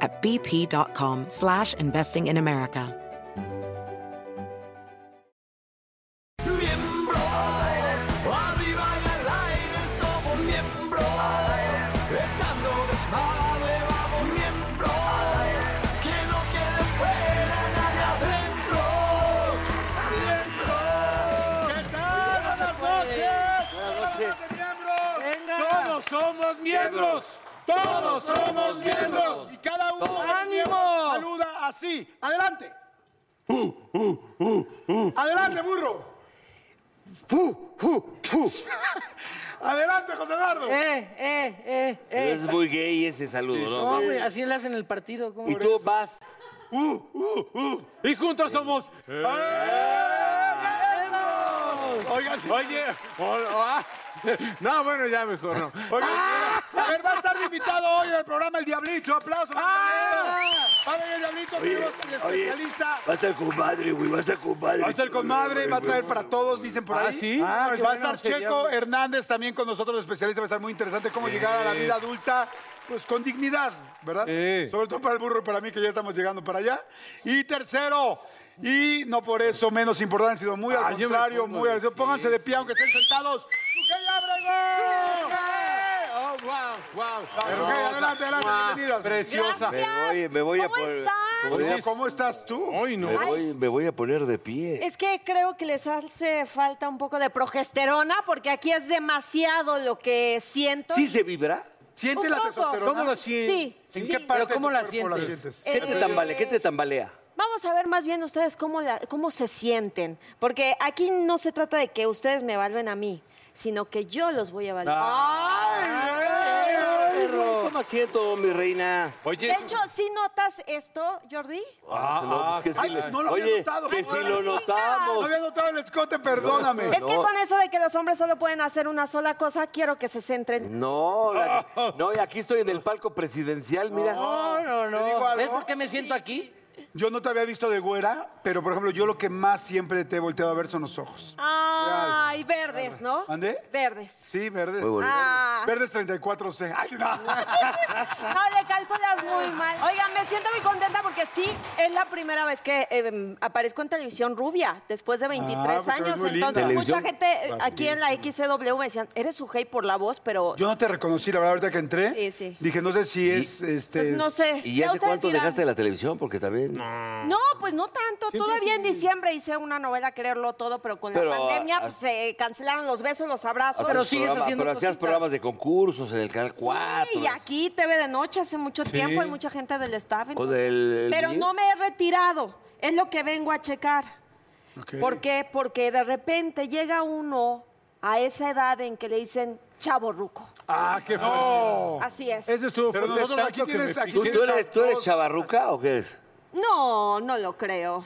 at bp.com slash investing in America. Miembro, arriba y al aire somos miembro, echando desmadre vamos miembro, que no quede fuera nadie adentro, miembro. ¿Qué tal? Buenas noches. Todos somos miembros. Todos somos miembros. Y cada uno de los miembros saluda así. Adelante. Uh, Uh, Adelante, burro. Adelante, José Eduardo. Eh, eh, eh, eh. Es muy gay ese saludo, No, ¿no? güey, así le hacen el partido. ¿cómo Y no? tú vas. Uh, uh, uh. Y juntos somos. ¡Eh! Oigan, oye, o- o- ah, no, bueno, ya mejor no. Oye, a ver, va a estar invitado hoy al programa El Diablito. Aplausos. ¡Ah! Va a venir el Diablito, amigos, el especialista. Vas a compadre, güey, vas a compadre. Va a estar con madre, va a traer para todos, dicen por ahí. sí? Ah, Ah, qué va a bueno, estar sería Checo bueno. Hernández también con nosotros, el especialista. Va a estar muy interesante cómo llegar a la vida adulta, pues con dignidad, ¿verdad? Sí. Sobre todo para el burro y para mí, que ya estamos llegando para allá. Y tercero, y no por eso menos importante, sino muy al Ah, yo me contrario, pongo muy al de Pónganse de pie, aunque estén sentados. ¡Sugey Abrego! Oh, wow, wow. Sugey, adelante, adelante, bienvenidas. Preciosa. Me voy, me voy a ¿Cómo poner. están? me voy a- Oye, ¿Cómo estás tú? Ay, no. Me voy, me voy a poner de pie. Es que creo que les hace falta un poco de progesterona porque aquí es demasiado lo que siento. ¿Sí se vibra? ¿Sientes Un la poco. testosterona? ¿Cómo lo sientes? Sí. ¿En sí. qué parte ¿Pero cómo de tu la cuerpo la sientes? sientes? ¿Qué Eh, te tambalea? ¿Qué te tambalea? Vamos a ver más bien ustedes cómo, la- cómo se sienten, porque aquí no se trata de que ustedes me evalúen a mí, sino que yo los voy a evaluar. ¡Ay, güey! Toma asiento, mi reina. de hecho, ¿sí notas esto, Jordi? no, pues que sí Ah, ay, le- no lo había Oye, notado, que güey. si lo No notamos. había notado el escote, perdóname. es que con eso de que los hombres solo pueden hacer una sola cosa, quiero que se centren. No, la- no, y aquí estoy en el palco presidencial, mira. No, no, ¿Te digo no. algo? ¿Ves por qué me siento aquí? Yo no te había visto de güera, pero por ejemplo, yo lo que más siempre te he volteado a ver son los ojos. Ay, verdes, ¿no? ¿Ande? Verdes. Sí, verdes. bonito. Ah. Verdes 34C. Ay, no. No, le calculas muy mal. Oigan, me siento muy contenta porque sí, es la primera vez que eh, aparezco en televisión rubia, después de 23 Ah, pues te ves años. muy Entonces, linda. mucha Televisión. gente eh, aquí en la XCW me decían, eres su hate por la voz, pero Yo no te reconocí, la verdad, ahorita que entré. Sí, sí. Dije, no sé si es este. pues no sé. ¿Y Ya hace ustedes cuánto dirán. dejaste la televisión? Porque también. No, pues no tanto. Todavía en diciembre hice una novela, quererlo todo, pero con Pero, la pandemia ah, pues, se cancelaron los besos, los abrazos. Hacías Pero sigues programa- haciendo Pero hacías cositas. programas de concursos en el canal 4. Sí, y aquí TV de noche hace mucho tiempo, hay mucha gente del staff. entonces- del- pero no me he retirado, es lo que vengo a checar. ¿Por qué? Porque de repente llega uno a esa edad en que le dicen chavo ruco. Ah, qué feo. Así es. Eso estuvo Pero fuerte nosotros aquí tanto que me tienes- aquí picó. ¿Tú, tú eres, tú eres chavarruca o qué es? No, no lo creo.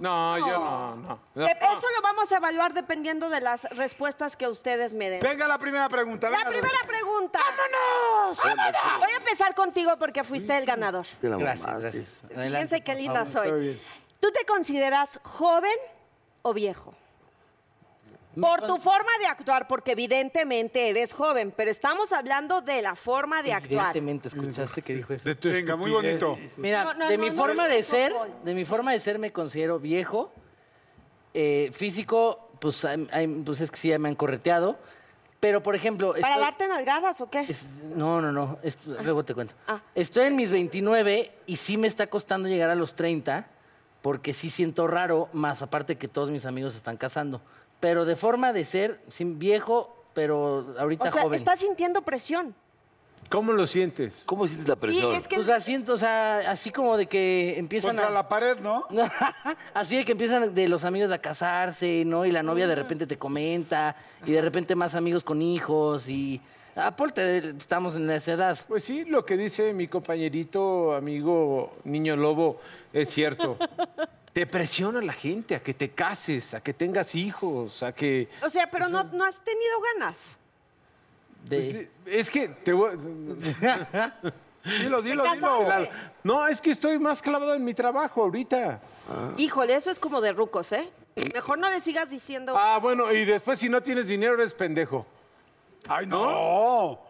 No, yo no, no. no. Eh, Eso lo vamos a evaluar dependiendo de las respuestas que ustedes me den. Venga la primera pregunta. La venga. primera pregunta. ¡Vámonos! Voy a empezar contigo porque fuiste el ganador. Te la Gracias, mamaste. gracias. Fíjense qué linda está soy. bien. ¿Tú te consideras joven o viejo? Por tu forma de actuar, porque evidentemente eres joven, pero estamos hablando de la forma de actuar. Evidentemente, ¿escuchaste que dijo eso? De tu Venga, muy estupidez. bonito. Mira, No, no, de no, mi no, forma no, de no, ser, fútbol. de mi forma de ser me considero viejo, eh, físico, pues, hay- hay- pues es que sí, ya me han correteado, pero por ejemplo... ¿Para estoy- darte nalgadas o qué? es- no, no, no, esto- luego te cuento. Ah. Estoy en mis 29 y sí me está costando llegar a los 30 porque sí siento raro, más aparte que todos mis amigos se están casando. Pero de forma de ser, sin viejo, pero ahorita O sea, joven. estás sintiendo presión. ¿Cómo lo sientes? ¿Cómo sientes la presión? Sí, es que Pues la siento, o sea, así como de que empiezan Contra a... la pared, ¿no? No, así de que empiezan de los amigos a casarse, ¿no? Y la novia Mm. de repente te comenta, y de repente más amigos con hijos, y... Aparte, estamos en esa edad. Pues sí, lo que dice mi compañerito, amigo Niño Lobo, es cierto. Te presiona la gente a que te cases, a que tengas hijos, a que... O sea, pero no, no has tenido ganas. De... Pues, es que te voy... dilo, dilo, dilo. casaste? No, es que estoy más clavado en mi trabajo ahorita. Híjole, eso es como de rucos, ¿eh? Mejor no le sigas diciendo. Ah, bueno, y después si no tienes dinero eres pendejo. Ay, no.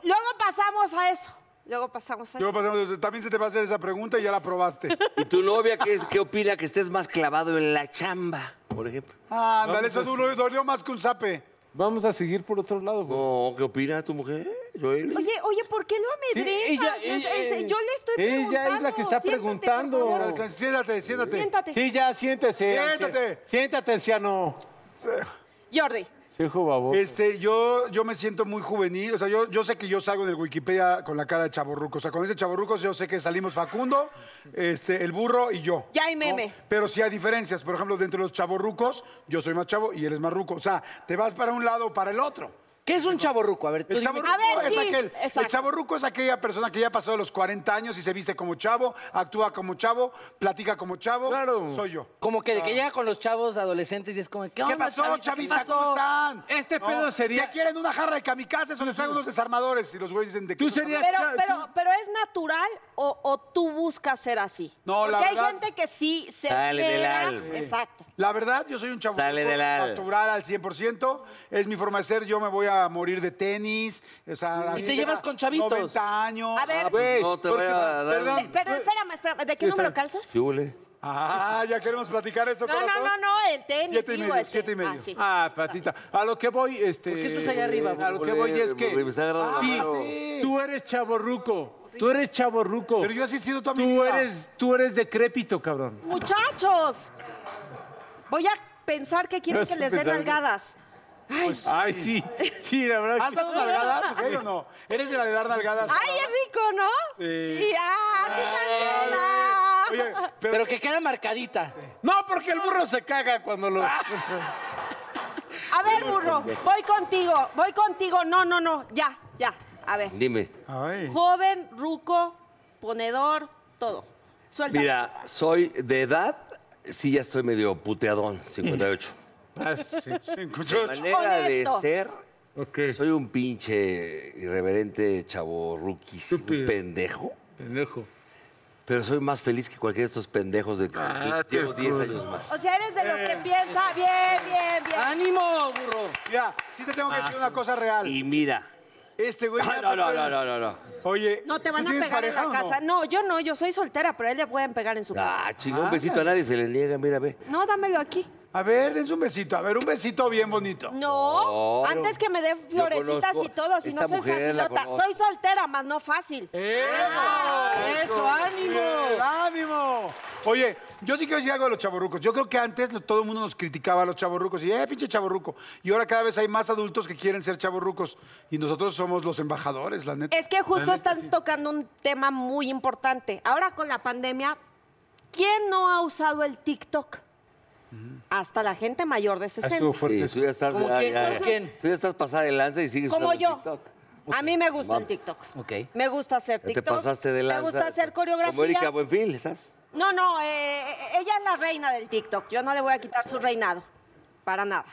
Luego pasamos a eso. Luego pasamos a Luego eso. pasamos- pues, también se te va a hacer esa pregunta y ya la probaste. ¿Y tu novia qué, es- qué opina que estés más clavado en la chamba, por ejemplo? Ah, ándale, eso duro, dolió más que un zape. Vamos a seguir por otro lado. güey. No, ¿qué opina tu mujer, Joel? Oye, oye, ¿por qué lo Sí, amedrentas? ella- No es- ella- es- yo le estoy preguntando. Ella es la que está Siéntate, por favor. preguntando. Siéntate, siéntate. Siéntate. Sí, ya, siéntese. anci- Siéntate. Siéntate, anciano. Jordi, Hijo baboso. Este, yo, yo me siento muy juvenil. O sea, yo, yo sé que yo salgo del Wikipedia con la cara de chaborruco. O sea, con ese chaborruco yo sé que salimos Facundo, este, el burro y yo. Ya hay meme. Pero sí hay diferencias. Por ejemplo, dentro de los chaborrucos, yo soy más chavo y él es más ruco. O sea, te vas para un lado o para el otro. ¿Qué es un chaborruco? A ver, tú El dime- chaborruco A ver, es sí, aquel. El exacto. chaborruco es aquella persona que ya pasó los 40 años y se viste como chavo, actúa como chavo, platica como chavo. Claro. Soy yo. Como que de que llega con los chavos adolescentes y es como, ¿qué Ah. ¿Qué onda, pasó, chaviza? chaviza? ¿Cómo están? Este pedo sería- ¿Ya quieren una jarra de kamikazes o les traigo unos desarmadores? Y los güeyes dicen, ¿de qué Tú estás serías pero, cha- tú- pero, pero ¿es natural o, o tú buscas ser así? No, Porque la hay verdad- gente que sí se Sale del espera- alma. Exacto. La verdad, yo soy un chavo Sale del alma. natural al 100%. Es mi forma de ser. Yo me voy a morir de tenis. O sea, ¿Y así te tenga llevas con chavitos? 90 años. A ver, Güey, No te porque- voy a dar- perdón, eh, pero espérame, espérame. ¿De qué Sí, está número bien. calzas? ¿Qué huele? Ah, ya queremos platicar eso, No, no, corazón. no, no, el tenis. Siete y digo, medio, el siete y tenis. medio. Ah, sí. Ah, patita. A lo que voy, este. ¿Por qué estás allá arriba? A lo que voy es que. Me está agarrando la Sí, mano. tú eres chaborruco. Tú eres chaborruco. Pero yo así he sido toda mi Tú vida. eres, tú eres decrépito, cabrón. Muchachos, voy a pensar que quieren Vas a que les den pensar que- nalgadas. Ay, sí. Sí, la verdad. Pues, ¿Has que- dado nalgadas? ¿ok o no? ¿Eres de la de dar nalgadas? Ay, es rico, ¿no? Sí. ah, a ti también, ah. Oye, pero, Pero que queda marcadita. No, Ah, porque el burro se caga cuando lo. A ver, burro, voy contigo, voy contigo. No, no, no, ya, ya. A ver. Dime. Ay. Joven, ruco, ponedor, todo. Suelta. Mira, soy de edad, sí ya estoy medio puteadón, 58. Ah, sí. De manera de Honesto. ser, Ok. soy un pinche irreverente chavo rookies, un Estúpido. pendejo, Pendejo. pero soy más feliz que cualquiera de estos pendejos de que Ah, que llevo qué 10 cool. años más. O sea, eres de los Eh. que piensa, bien, bien, bien. Ah, ¡Ánimo, burro! Mira, sí te tengo que decir una cosa real. Y mira. Este güey. ya No, se no, puede- no, no, no, no. Oye. No te ¿tú van a tienes pegar pareja en o la no? casa. No? yo no, yo soy soltera, pero a él le pueden pegar en su casa. Ah, chico, un besito a nadie se le niega, mira, ve. No, dámelo aquí. A ver, dense un besito. A ver, un besito bien bonito. No, No, antes que me dé florecitas conozco y todo, si esta no soy mujer, la facilota. conozco. Soy soltera, más no fácil. ¡Eso! ¡Eso, ánimo! Bien, ¡Ánimo! Oye, yo sí quiero decir algo de los chavorrucos. Yo creo que antes lo- todo el mundo nos criticaba a los chavorrucos y, eh, pinche chavorruco. Y ahora cada vez hay más adultos que quieren ser chavorrucos. Y nosotros somos los embajadores, la neta. Es que justo están tocando un tema muy importante. Ahora con la pandemia, ¿quién no ha usado el TikTok? Hasta la gente mayor de 60. Estuvo fuerte. Sí, tú ya estás, ¿Cómo ay, quién? ay, ¿Cómo quién? tú ya estás pasada de lanza y sigues Como usando yo. TikTok. A mí me gusta el Vamos. TikTok. Ok. Me gusta hacer Ya Te TikTok. pasaste de lanza. Me gusta hacer Como Erika coreografías. Buenfil, ¿sabes? No, no, eh, ella es la reina del TikTok. Yo no le voy a quitar su reinado. Para nada.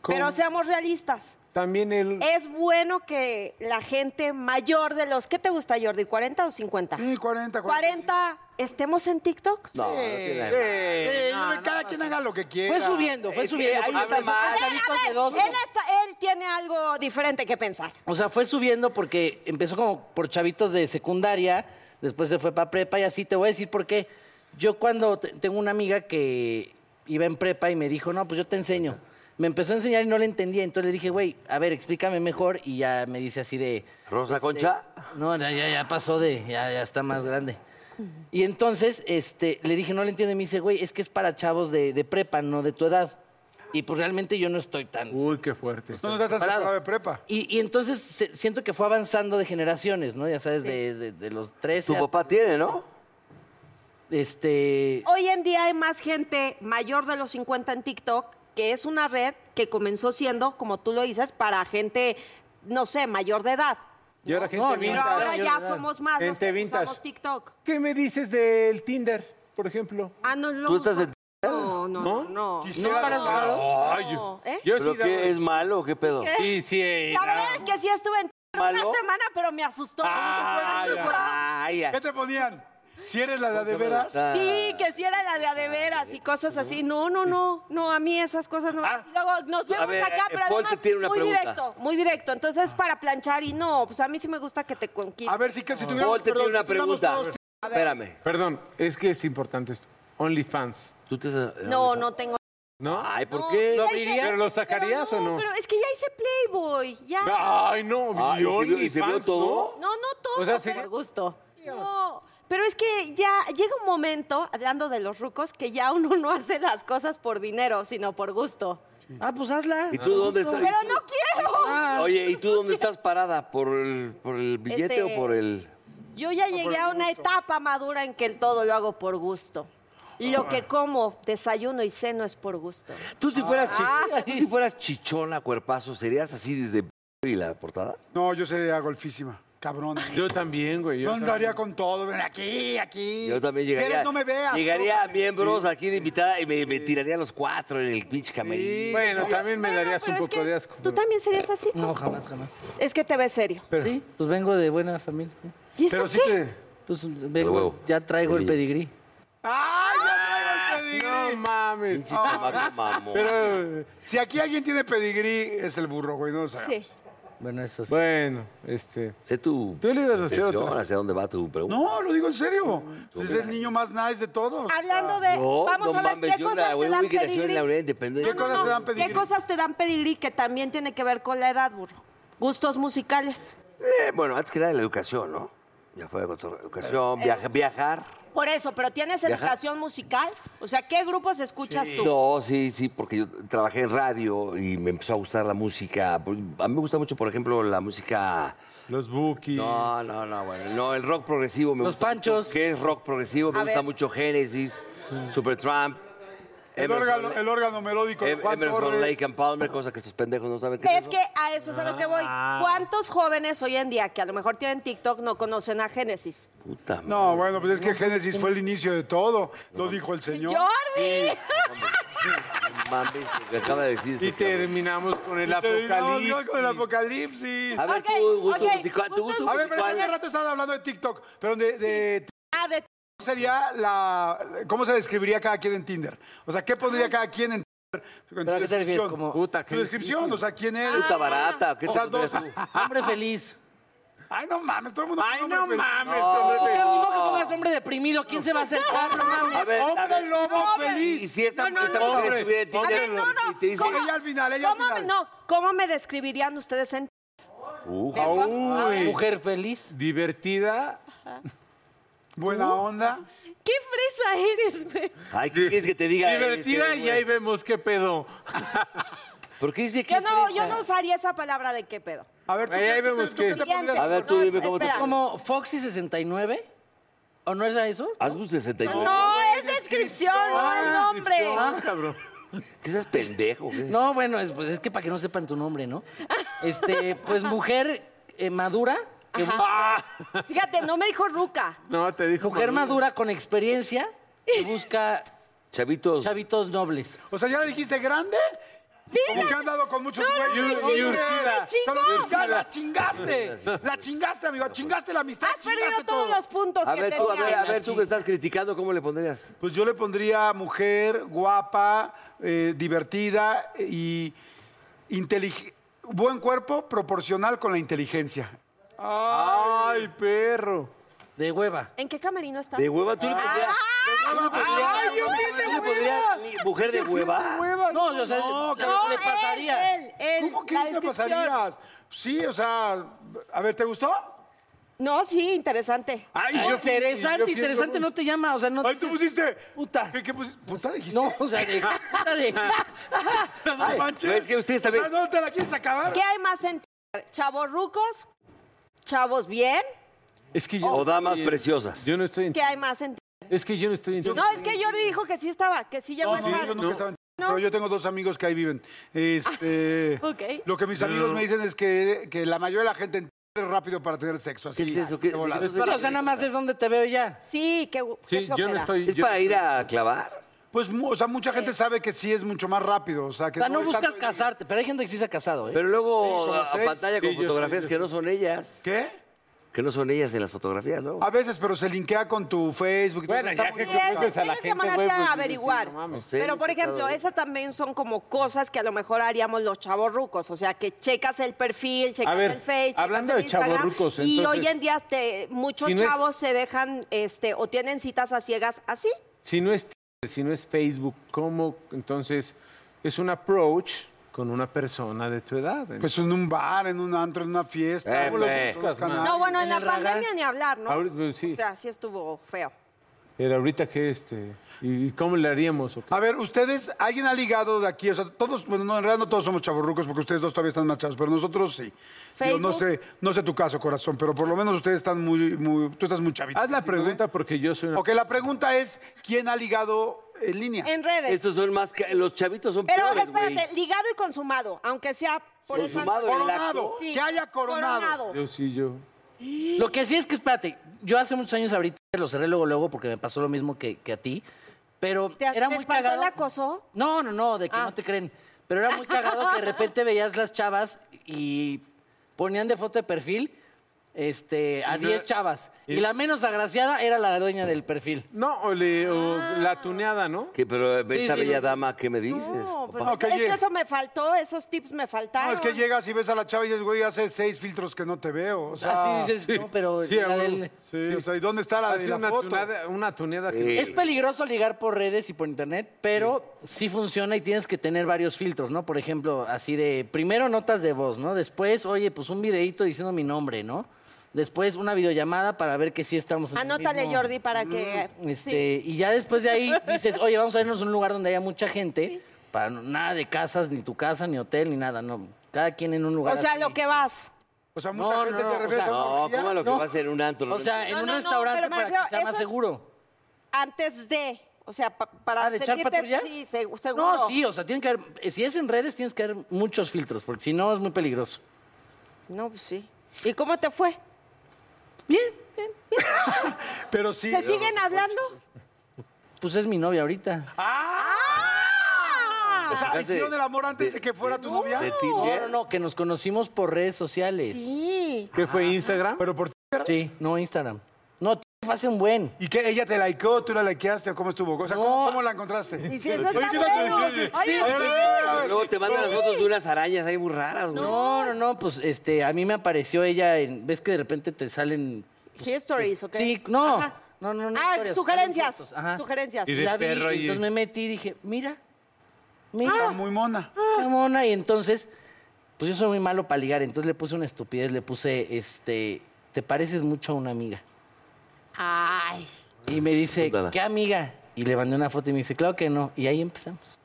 ¿Cómo? Pero seamos realistas. También el. Es bueno que la gente mayor de los... ¿Qué te gusta, Jordi? ¿40 o 50? Sí, 40, 40. 40, estemos en TikTok. No, no tiene nada de malo. Eh, Eh, hombre, cada quien haga lo que quiera. Fue subiendo, fue Es que subiendo. ahí porque está empezó mal. con A ver, a chavitos de Él, 12. está- él tiene algo diferente que pensar. O sea, fue subiendo porque empezó como por chavitos de secundaria, después se fue para prepa y así te voy a decir por qué. Yo cuando te- tengo una amiga que iba en prepa y me dijo, no, pues yo te enseño. Me empezó a enseñar y no le entendía, entonces le dije, güey, a ver, explícame mejor y ya me dice así de... este, Rosa Concha. No, ya, ya- ya pasó de, ya, ya está más grande. Y entonces este, le dije, no le entiendo. Y me dice, güey, es que es para chavos de, de prepa, no de tu edad. Y pues realmente yo no estoy tan. Uy, qué fuerte. No, no estás tan separado de prepa. Y, y entonces se- siento que fue avanzando de generaciones, ¿no? Ya sabes, de, de- de los 13. Tu a- papá tiene, ¿no? Este. Hoy en día hay más gente mayor de los 50 en TikTok, que es una red que comenzó siendo, como tú lo dices, para gente, no sé, mayor de edad. Y ahora gente no, vintage. Pero ahora ya edad. somos más los Gente que vintage. usamos TikTok. ¿Qué me dices del Tinder, por ejemplo? Ah, no, no. ¿Tú estás uso. en- No, no, no. no. Quisiera- ¿Nunca has usado? Ay, No, ¿eh? Yo ¿Pero sí daba- qué? ¿Es malo o qué pedo? Sí, sí. eh, La verdad es que sí estuve en ¿Malo? una semana, pero me asustó. como Ah, que fuera asustado. Ay, ay. ¿Qué te ponían? Si eres la de, de veras. Ah. Sí, que sí era la de a de veras y cosas así. No, no, no, no, a mí esas cosas no. Ah. Y Luego nos vemos ver, acá, eh, pero Paul te además tiene una muy pregunta. directo, muy directo. Entonces para planchar y no, pues a mí sí me gusta que te conquistes. A ver, si, que- si tuviéramos... Paul te tiene perdón, una si tuviéramos pregunta. todos- Espérame. Perdón, es que es importante esto. OnlyFans, ¿Tú te... No, no tengo. ¿no? Ay, ¿por no, qué? ya ¿Lo hice- abrirías? ¿Pero lo sacarías pero o no? Pero es que ya hice Playboy, ya. Ay, no, Ah, ¿y se y vio- y se vio OnlyFans, todo? No, no todo. O sea, pero- sería- por gusto. No, pero es que ya llega un momento, hablando de los rucos, que ya uno no hace las cosas por dinero, sino por gusto. Ah, pues hazla. Ah. ¿Y tú dónde estás? Pero no quiero. Oye, ¿y tú dónde estás parada? ¿Por el, por el billete Este- o por el...? Yo ya llegué a una etapa madura en que el todo lo hago por gusto. Ah. Lo que como, desayuno y ceno es por gusto. Tú si fueras, chi- tú si fueras chichona, cuerpazo, ¿serías así desde y la portada? No, yo sería golfísima. Cabrón. Yo también, güey. Yo Yo andaría con todo. Ven aquí, aquí. Yo también llegaría. ¿Quieres? No me veas. Llegaría a ¿no? miembros aquí de invitada y me, me tiraría los cuatro en el pinche también. camerino. Bueno, también me Bueno, darías pero un es poco que de asco. ¿Tú también serías así? No, jamás, jamás. Es que te ves serio. Sí, pues vengo de buena familia. ¿Y eso Pero sí qué? te... Pues A huevo. vengo, ya traigo el pedigrí. ¡Ay, Ah, ya traigo el No pedigrí! mames. Pinche chamaco mamón. Pero, Si aquí alguien tiene pedigrí, es el burro, güey. No lo sabemos. Sí. Bueno, eso sí. bueno, este... Sé tu Tú le ibas a hacer intención, otra. hacia dónde va tu pregunta. No, lo digo en serio. Es el niño más nice de todos. Hablando de. No, vamos no a ver mames, qué yo cosas la te güey dan que nació en la pedigrí. Unión Independiente. ¿Qué cosas te dan pedigrí? ¿Qué cosas te dan pedigrí que también tiene que ver con la edad, burro? Gustos musicales. Eh, bueno, antes que nada la educación, ¿no? Ya fue con toda la educación, viaja- viajar. Por eso, pero ¿tienes Viajar. educación musical? O sea, ¿qué grupos escuchas tú? No, sí, sí, porque yo trabajé en radio y me empezó a gustar la música. A mí me gusta mucho, por ejemplo, la música... Los bookies. No, no, no, bueno, no, el rock progresivo me Los gusta. Panchos. ¿Qué es rock progresivo? Me A gusta ver. mucho Genesis, Supertramp, El órgano, el órgano melódico. de Em- Juan Emerson, Torres. Lake and Palmer, cosa que estos pendejos no saben qué es Es eso. que a eso es a lo que voy. ¿Cuántos jóvenes hoy en día que a lo mejor tienen TikTok no conocen a Génesis? Puta madre. No, bueno, pues es que Génesis fue el inicio de todo. Lo dijo el señor. ¡Jordi! Mames, lo que acaba de decir. este Y terminamos con el Y terminamos apocalipsis. con el apocalipsis. cabrón. A ver, Ok, tú, gusto ok, musical. ¿Tú gusto gustos A ver, pero musical? hace rato estaban hablando de TikTok. Pero de, de- Ah, de- ¿cómo sería la. ¿Cómo se describiría cada quien en Tinder? O sea, ¿qué pondría cada quien en Tinder? ¿Pero a qué te refieres? Como- Puta, Puta, tu qué descripción, o sea, quién eres. Puta barata, ¿qué O te sea, dos. pondrías tú? Hombre feliz. Ay, no mames, todo el mundo. Ay, hombre no feliz. mames, hombre. Lo mismo que pongas hombre deprimido, ¿quién se va a acercar? No A mames. ver, a Hombre ver. lobo Y feliz. si esta, No, no, esta no. mujer Hombre. estuviera en A Tinder ver, no, no. y te dice... ¿cómo- Ella al final, ella al ¿cómo me- final. no, ¿cómo me describirían ustedes en Uh, Uy, Mujer feliz. divertida. Buena onda. ¿Qué fresa eres, güey? ay, ¿qué quieres que te diga? Divertida este, y güey? ahí vemos qué pedo. ¿Por qué dice que Yo no, yo no usaría esa palabra de qué pedo. A ver, tú, Ahí- ahí ¿tú- vemos tú que- qué te pondrías? A ver, tú dime cómo te- espera. Como Foxy 69. ¿O no era eso? Haz un 69. No, es descripción, no es nombre. Ah, cabrón. ¿Qué seas pendejo? ¿qué? No, bueno, es, pues es que para que no sepan tu nombre, ¿no? Este, pues mujer eh, madura. que- ¡Ah! Fíjate, no me dijo ruca. No, te dijo. Mujer madura con experiencia que busca Chavitos. chavitos nobles. O sea, ya le dijiste grande. Como que han dado con muchos güeyes. no, no, Sí, no, güey. no, me Solo chingó. ya la chingaste. La chingaste, amigo. Chingaste la amistad. Has perdido chingaste todos todo. los puntos A que ver, tú, a ver, a tenías. ver, tú que estás criticando, ¿cómo le pondrías? Pues yo le pondría mujer, guapa, eh, divertida y inteligente. Buen cuerpo proporcional con la inteligencia. Ay, perro. De hueva. ¿En qué camerino estás? Ah. De hueva tú le pondrías. De hueva pondrías- Ay, yo vi de ¿tú le pondrías ni- mujer de hueva. No, o sea, no, que- no, él, le pasaría. él, él, ¿Cómo que la no te descripción. pasarías? Sí, o sea, a ver, ¿te gustó? No, sí, interesante. Ay, yo- Ah, Interesante, yo fui- interesante, no te llama, o sea, no Ay, tú dices- pusiste. Puta. ¿Qué, qué pusiste? Puta dijiste. No, o sea, de, puta de- No, no manches. no, es que ustedes también- O sea, no te la quieres acabar. ¿Qué hay más en Tinder? ¿Chavos rucos? ¿Chavos bien? Es que yo. O damas preciosas. Yo no estoy en. ¿Qué hay más en Es que yo no estoy en. No, es que Jordi dijo que sí estaba, que sí llamó No, al sí, mar. yo nunca estaba en- No. Pero yo tengo dos amigos que ahí viven. Este, Ok. Lo que mis amigos me dicen es que, que la mayoría de la gente es rápido para tener sexo. Así, ¿Qué es eso? ¿Qué- de volada. dijiste- o sea, nada más es donde te veo ya. Sí, qué, gu- qué Sí, yo no flojera. estoy. ¿Es yo- para ir a clavar? Pues, mu- o sea, mucha gente sabe que sí es mucho más rápido. O sea, O que sea, no es tanto- buscas casarte, pero hay gente que sí se ha casado, ¿eh? Pero luego como a- a seis. pantalla Sí, con yo sé, fotografías yo que no son ellas. ¿Qué? Que no son ellas en las fotografías, ¿no? A veces, pero se linkea con tu Facebook. y todo Bueno, eso. ya Está que muy- Sí, es- conoces a la tienes que gente, mandarte güey, pues, a sí, sí, averiguar. no mames. Sí, Pero, por ejemplo, pecado. esas también son como cosas que a lo mejor haríamos los chavorrucos. O sea, que checas el perfil, checas ver, el Face, checas hablando el de Instagram, chavorrucos, Y entonces, hoy en día te- muchos si no es- chavos se dejan este, o tienen citas a ciegas así. Si no es Tinder, si no es Facebook, ¿cómo? Entonces, es un approach con una persona de tu edad. Pues en un bar, en un antro, en una fiesta. Eh, ¿Cómo lo güey. buscas, canal? No, bueno, Ah, en, en la el radar. pandemia ni hablar, ¿no? Ahorita, pues, sí. O sea, sí estuvo feo. Pero ahorita que este. ¿Y cómo le haríamos? o qué? A ver, ustedes, ¿alguien ha ligado de aquí? O sea, todos, bueno, no, en realidad no todos somos chavorrucos porque ustedes dos todavía están más chavos, pero nosotros sí. Yo no Facebook. sé, no sé tu caso, corazón, pero por lo menos ustedes están muy, muy, tú estás muy chavito. Haz la pregunta porque yo soy una. Ok, la pregunta es, ¿quién ha ligado en línea? En redes. Estos son más... ca- Los chavitos son Pero peores, güey. espérate, ligado y consumado, aunque sea por esa- Consumado en el Coronado, acto. Sí, que haya coronado. Yo sí, yo. Lo que sí es que, espérate, yo hace muchos años ahorita lo cerré luego, luego, porque me pasó lo mismo que, que a ti, pero ¿Te- era muy te espantó cagado. el acoso? Ah. No, no, no, de que no te creen. Pero era muy cagado que de repente veías las chavas y ponían de foto de perfil este, a 10 chavas. Y la menos agraciada era la dueña del perfil. No, o, le- o Ah. la tuneada, ¿no? Que, pero eh, Sí, esta sí, bella sí. dama, ¿qué me dices? No, pues, papá? Ok, es que llega. eso me faltó, esos tips me faltaron. No, es que llegas y ves a la chava y dices, güey, hace seis filtros que no te veo. O sea, Ah, Así dices, no, pero sí, la a huevo. del- sí, o sea, ¿y dónde está la, de Así la una, foto? tuneada, una tuneada que. Sí. Es peligroso ligar por redes y por internet, pero sí. funciona y tienes que tener varios filtros, ¿no? Por ejemplo, así de primero notas de voz, ¿no? Después, oye, pues un videíto diciendo mi nombre, ¿no? Después una videollamada para ver que sí estamos en el Anótale, mismo- Jordi, para que... Este, y ya después de ahí dices, "Oye, vamos a irnos a un lugar donde haya mucha gente." Para no- nada de casas, ni tu casa, ni hotel, ni nada, no. Cada quien en un lugar. O sea, así. lo que vas. O sea, mucha No, gente no, te o refieres sea, a una No, orgía. ¿cómo a lo que No. va a ser un antro? O sea, en No, un no, no, restaurante pero me para refiero, que sea más eso es- seguro. Antes de, o sea, pa- para Ah, ¿de echar sentirte... patrulla? sí, seg- seguro. No, sí, o sea, tienen que haber, eh, si es en redes, tienes que haber muchos filtros, porque si no es muy peligroso. No, pues sí. ¿Y cómo te fue? Bien, Pero sí. ¿Se siguen hablando? pues es mi novia ahorita. Ah. O sea, Sacaste Ah. hicieron el amor antes de, que fuera tu novia. de No, Tinder. no, no, que nos conocimos por redes sociales. Sí, Sí. ¿Qué fue Instagram? Pero por no Instagram. No, t- fue hace un buen. ¿Y qué? ¿Ella te likeó? ¿Tú la likeaste? o ¿Cómo estuvo? O sea, ¿cómo, No. cómo la encontraste? Y si eso está ¿qué bueno. tal? Sí, sí. Oye, A ver, sí. a ver, Luego te mandan las fotos de unas arañas ahí muy raras, güey. No, no, no, pues este, a mí me apareció ella en, ves que de repente te salen. pues, Histories, ¿ok? Sí, no, Ajá. no, no, no. Ah, historias, sugerencias, salen fotos, ajá. sugerencias. Y de la vi, perro y- y entonces me metí y dije, mira, mira. Está muy mona. qué mona. Y entonces, pues yo soy muy malo para ligar. Entonces le puse una estupidez, le puse, este, te pareces mucho a una amiga. Ay. Y me dice, Putada. ¿qué amiga? Y le mandé una foto y me dice, claro que no. Y ahí empezamos.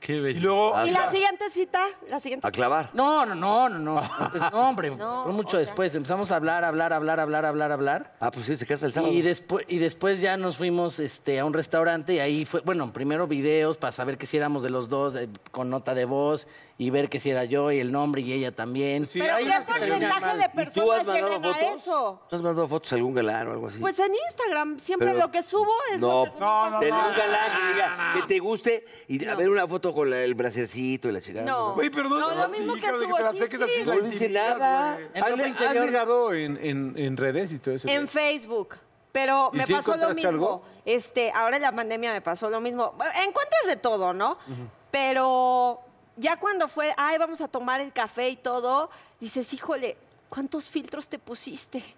Qué Y bello. luego, ¿Y la siguiente cita? La siguiente A clavar. No, no, no, no, no. Pues, no, hombre, No, fue mucho o sea. después. Empezamos a hablar, hablar, hablar, hablar, hablar, hablar. Ah, pues sí, se casa el sábado. Y después, y después ya nos fuimos este, a un restaurante y ahí fue, bueno, primero videos para saber que si éramos de los dos, de- con nota de voz y ver que si era yo y el nombre y ella también. Sí, Pero hay ¿qué unas que terminan porcentaje mal. de ¿Y tú has personas mandado llegan a fotos? eso? ¿Tú has mandado fotos a algún galán o algo así? Pues en Instagram, siempre Pero- lo que subo es no, lo que No, no, de no. un galán que diga que te guste y a ver una foto con la- el bracercito y la chingada. No. Güey, pero no, No, seas lo así, mismo que cabrón, subo, te la sí, acerques sí. así, la No dice intimidas, nada. güey. En ¿Has, ropa le- has interior. ligado en, en- en redes y todo eso? En Facebook. Pero ¿Y me sí pasó lo encontraste mismo. algo? Este, ahora en la pandemia me pasó lo mismo. Bueno, Encuentras de todo, ¿no? Pero ya cuando fue, ay, vamos a tomar el café y todo, dices, híjole, ¿cuántos filtros te pusiste? Y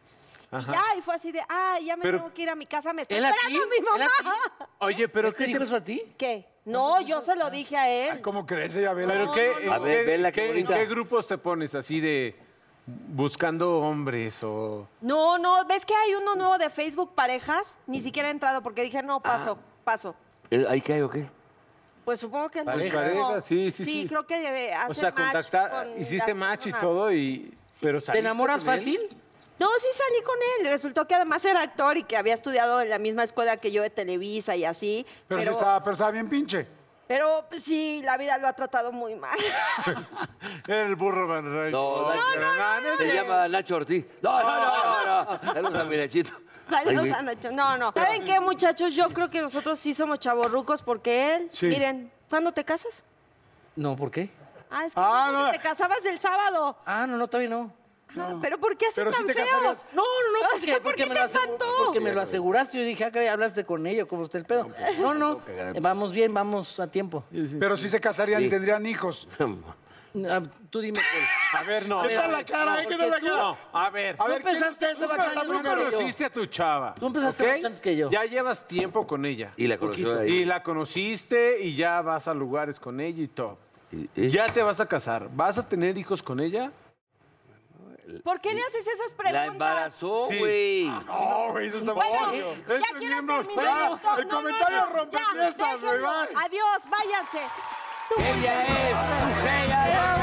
Ya, y fue así de, ay, ya me Pero- tengo que ir a mi casa, me está ¿Él a esperando ti? mi ¿Él a mamá. Oye, pero ¿Pero qué ¿qué te dijo te... eso a ti? ¿Qué? No, yo se Ah. lo dije a él. ¿Cómo crees? Ya ve la- ¿Pero qué, no. A ver, qué- vela, qué qué- bonita. qué grupos te pones así de buscando hombres o... No, no, ¿ves que hay uno nuevo de Facebook Parejas? Ni Mm. siquiera he entrado porque dije, Ah. no, paso, paso. Eh, ¿Ahí qué hay o qué? Pues supongo que... andan Parejas. como- Parejas, sí, sí, sí. creo que eh, O hacen sea, match contactar, con hiciste las match y personas. todo y... Pero ¿Te saliste enamoras con él. fácil? No, sí salí con él. Resultó que además era actor y que había estudiado en la misma escuela que yo de Televisa y así. Pero, Pero, sí estaba, pero estaba bien pinche. pero, pues, sí, la vida lo ha tratado muy mal. El burro Van Rey. No, Nacho, Se llama Nacho Ortiz. No, no, no, Ah. no. no. Saludos a mi Nachito. Saludos Ay, a Nacho. No, no. ¿Saben qué, muchachos? Yo creo que nosotros sí somos chavorrucos porque él... Sí. Miren, ¿cuándo te casas? No, ¿por qué? Ah, es que Ah, dijo que no. te casabas el sábado. Ah, no, no, todavía no. Ah, ¿Pero por qué así Pero sí tan te feo? casarías. No, no, no, O porque, sea, ¿por porque qué me te lo asegu- espantó? porque me lo aseguraste. Yo dije, ah, caray, hablaste con ella, ¿cómo está el pedo? pues, No, no, eh, vamos bien, vamos a tiempo. Pero sí se casarían y tendrían hijos. Ah, tú dime. Pues. A ver, no. ¿Qué tal la cara? ¿Eh? ¿Qué tal la porque tú- cara? No, a ver. A ver, ¿quién- empezaste ese tú empezaste bacalao Tú primero primero? que yo. conociste a tu chava. Tú empezaste ¿ok? mucho antes que yo. Ya llevas tiempo con ella. Y la conoció Poquito. ahí. Y la conociste y ya vas a lugares con ella y todo. Y- y- Ya te vas a casar. ¿Vas a tener hijos con ella? ¿Por qué le haces esas La preguntas? embarazó, Sí. Oh, güey. No, güey, eso está Bueno, muy obvio. ya Estos quiero miembros- terminar ¡Ah! esto. No, El no, comentario no. rompe Ya, fiestas, güey. déjenlo. bye. Adiós, váyanse. Tú, Ella es. Ella es. gracias.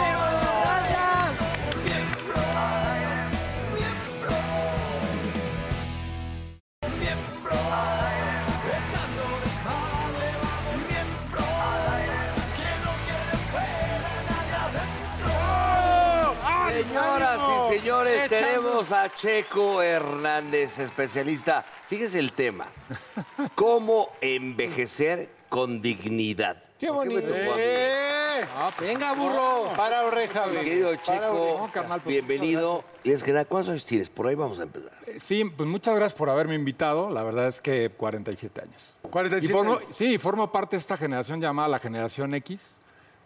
Señoras y señores, tenemos a Checo Hernández, especialista. Fíjese el tema. ¿Cómo envejecer con dignidad? ¡Qué ¿Por me bonito! tocó a mí? Eh, Venga, burro. Para oreja, Mi güey. Querido Para oreja. Checo, bienvenido. Les general, ¿cuántos años tienes? Por ahí vamos a empezar. Sí, pues muchas gracias por haberme invitado. La verdad es que 47 años. 47 Y formo- años. Sí, formo parte de esta generación llamada la generación X,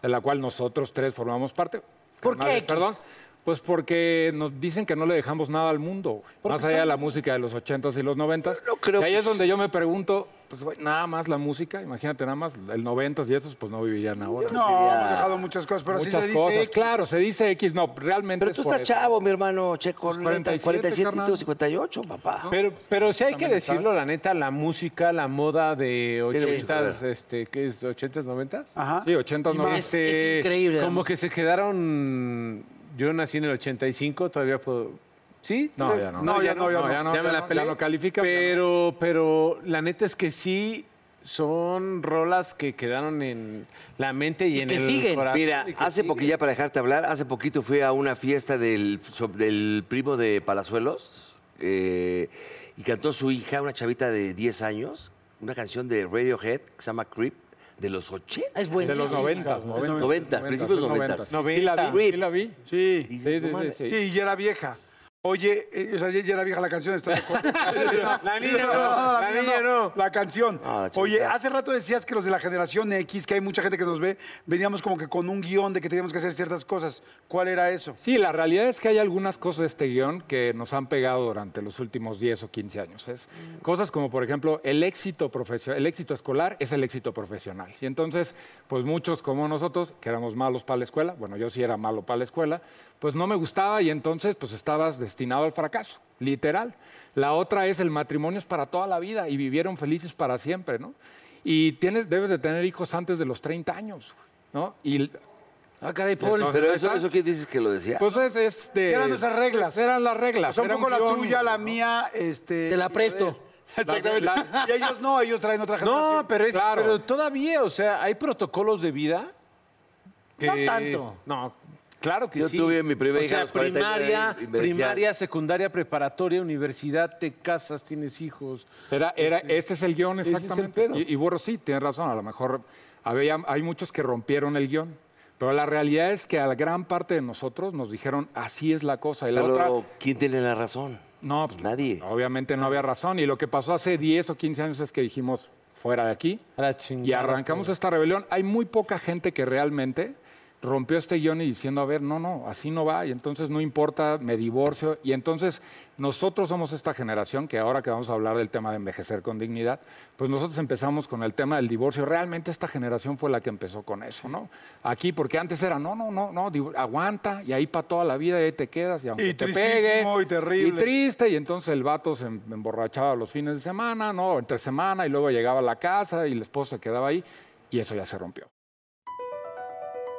de la cual nosotros tres formamos parte. ¿Por qué Carnales, X? Perdón. Pues porque nos dicen que no le dejamos nada al mundo, güey. más allá de la música de los 80s y los 90s. No creo que ahí que es s- donde yo me pregunto, pues güey, nada más la música, imagínate nada más, el 90s y esos pues no vivirían ahora. No, hemos dejado muchas cosas, pero Muchas así se dice. cosas, X. claro, se dice X, no, realmente Pero es tú por estás eso. chavo, mi hermano Checo. Pues neta, 47, 47, y tú carnal. 58, papá. Pero, pero sí hay que También decirlo, la neta, la música, la moda de mucho que 80s, ver. este, ¿qué es? ¿80s, 90s? Ajá. Sí, 80s, 90s. Es- es increíble, Como además. que se quedaron. Yo nací en el 85, todavía puedo. ¿Sí? No, ya no. ya no, ya no. ya no, Ya me ya la no, pelé. ya no califica, ya no. Pero, pero la neta es que sí son rolas que quedaron en la mente y, en que el siguen. corazón. Mira, y que hace siguen. poquito, ya para dejarte hablar, hace poquito fui a una fiesta del, so- del primo de Palazuelos eh, y cantó su hija, una chavita de 10 años, una canción de Radiohead que se llama Creep de los 80. Ah, Es bueno. De los 90, 90, 90, principios 90. Sí, la vi, sí la vi. Sí. Sí, sí, sí, sí. Sí, y era vieja. Oye, eh, o sea, ya era vieja la canción, ¿estás de acuerdo? La niña no, la niña no. La canción. Ah, la chica. Oye, hace rato decías que los de la generación X, que hay mucha gente que nos ve, veníamos como que con un guión de que teníamos que hacer ciertas cosas. ¿Cuál era eso? Sí, la realidad es que hay algunas cosas de este guión que nos han pegado durante los últimos 10 o 15 años. Es Cosas como, por ejemplo, el éxito, profesio- el éxito escolar es el éxito profesional. Y entonces, pues muchos como nosotros, que éramos malos para la escuela, bueno, yo sí era malo para la escuela, pues no me gustaba y entonces pues estabas destinado al fracaso, literal. La otra es el matrimonio es para toda la vida y vivieron felices para siempre, ¿no? Y tienes, debes de tener hijos antes de los 30 años, ¿no? Y Ah, caray, Paul. Entonces- Pero eso, eso que dices que lo decía. pues es, es de... ¿Qué eran nuestras reglas? Eran las O reglas. sea, un era poco la guión, tuya, la ¿no? mía, este... Te la presto. Exactamente. La- la- Y ellos no, ellos traen otra generación. No, pero, es, Claro. pero todavía, o sea, hay protocolos de vida. No tanto. No, claro que Yo sí. tuve mi primera O hija a sea, los 49 primaria, y me decían- primaria, secundaria, preparatoria, universidad, te casas, tienes hijos. Era, era, ese es el guión, Ese es el exactamente. pedo. y, y Burro sí, tienes razón. A lo mejor había, hay muchos que rompieron el guión. Pero la realidad es que a la gran parte de nosotros nos dijeron, así es la cosa. Y la Pero, otra, ¿quién tiene la razón? no, pues, nadie. Obviamente no había razón. Y lo que pasó hace 10 o 15 años es que dijimos, fuera de aquí. A la chingada, Y arrancamos esta rebelión. Hay muy poca gente que realmente rompió este guión y diciendo, a ver, no, no, así no va, y entonces no importa, me divorcio. Y entonces nosotros somos esta generación que ahora que vamos a hablar del tema de envejecer con dignidad, pues nosotros empezamos con el tema del divorcio. Realmente esta generación fue la que empezó con eso, ¿no? Aquí, porque antes era, no, no, no, no, div- aguanta, y ahí para toda la vida, y ahí te quedas, y aunque Y te pegue. tristísimo, y terrible. Y triste, y entonces el vato se em- emborrachaba los fines de semana, ¿no? Entre semana, y luego llegaba a la casa, y el esposo se quedaba ahí, y eso ya se rompió.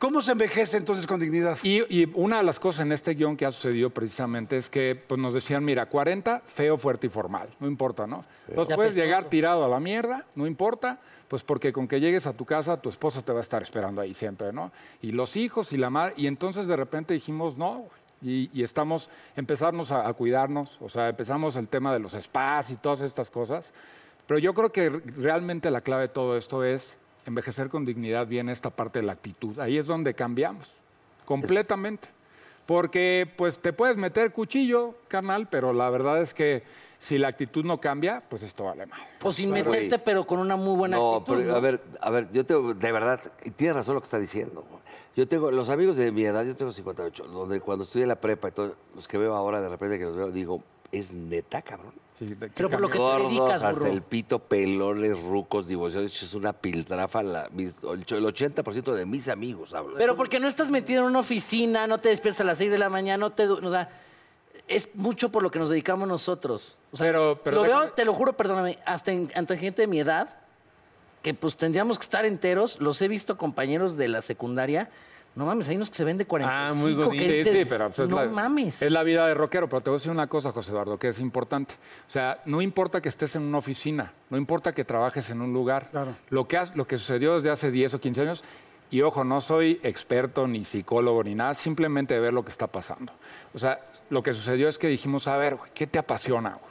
¿Cómo se envejece entonces con dignidad? Y, y una de las cosas en este guión que ha sucedido precisamente es que pues, nos decían, mira, 40, feo, fuerte y formal, no importa, ¿no? Entonces Ya puedes apestoso. llegar tirado a la mierda, no importa, pues porque con que llegues a tu casa, tu esposa te va a estar esperando ahí siempre, ¿no? Y los hijos y la madre, y entonces de repente dijimos, no, güey". y, y estamos, empezamos a, a cuidarnos, o sea, empezamos el tema de los spas y todas estas cosas, pero yo creo que re- realmente la clave de todo esto es envejecer con dignidad bien esta parte de la actitud, ahí es donde cambiamos. Completamente. Porque pues te puedes meter cuchillo, carnal, pero la verdad es que si la actitud no cambia, pues esto vale mal. O sin Claro. meterte, pero con una muy buena no, actitud. pero ¿no? a ver, a ver, yo tengo, de verdad, y tienes razón lo que está diciendo. Yo tengo, los amigos de mi edad, yo tengo 58, donde cuando estudié la prepa, y todos los que veo ahora, de repente que los veo, digo, es neta, cabrón. Pero por lo que te Gordos, dedicas, burro. hasta el pito, pelones, rucos, divorciados, es una piltrafa, la- mis- el 80% de mis amigos hablo. Pero porque no estás metido en una oficina, no te despiertas a las 6 de la mañana, no te... du- o sea, es mucho por lo que nos dedicamos nosotros. O sea, pero, lo déjame- veo, te lo juro, perdóname, hasta en- ante gente de mi edad, que pues tendríamos que estar enteros. Los he visto compañeros de la secundaria. No mames, hay unos que se ven de 45. Ah, muy que godín. Sí, dices, sí, pero pues, es no la, mames. Es la vida de rockero, pero te voy a decir una cosa, José Eduardo, que es importante. O sea, no importa que estés en una oficina, no importa que trabajes en un lugar. Lo, que has- lo que sucedió desde hace 10 o 15 años, y ojo, no soy experto ni psicólogo ni nada, simplemente de ver lo que está pasando. O sea, lo que sucedió es que dijimos, a ver, güey, ¿qué te apasiona? güey?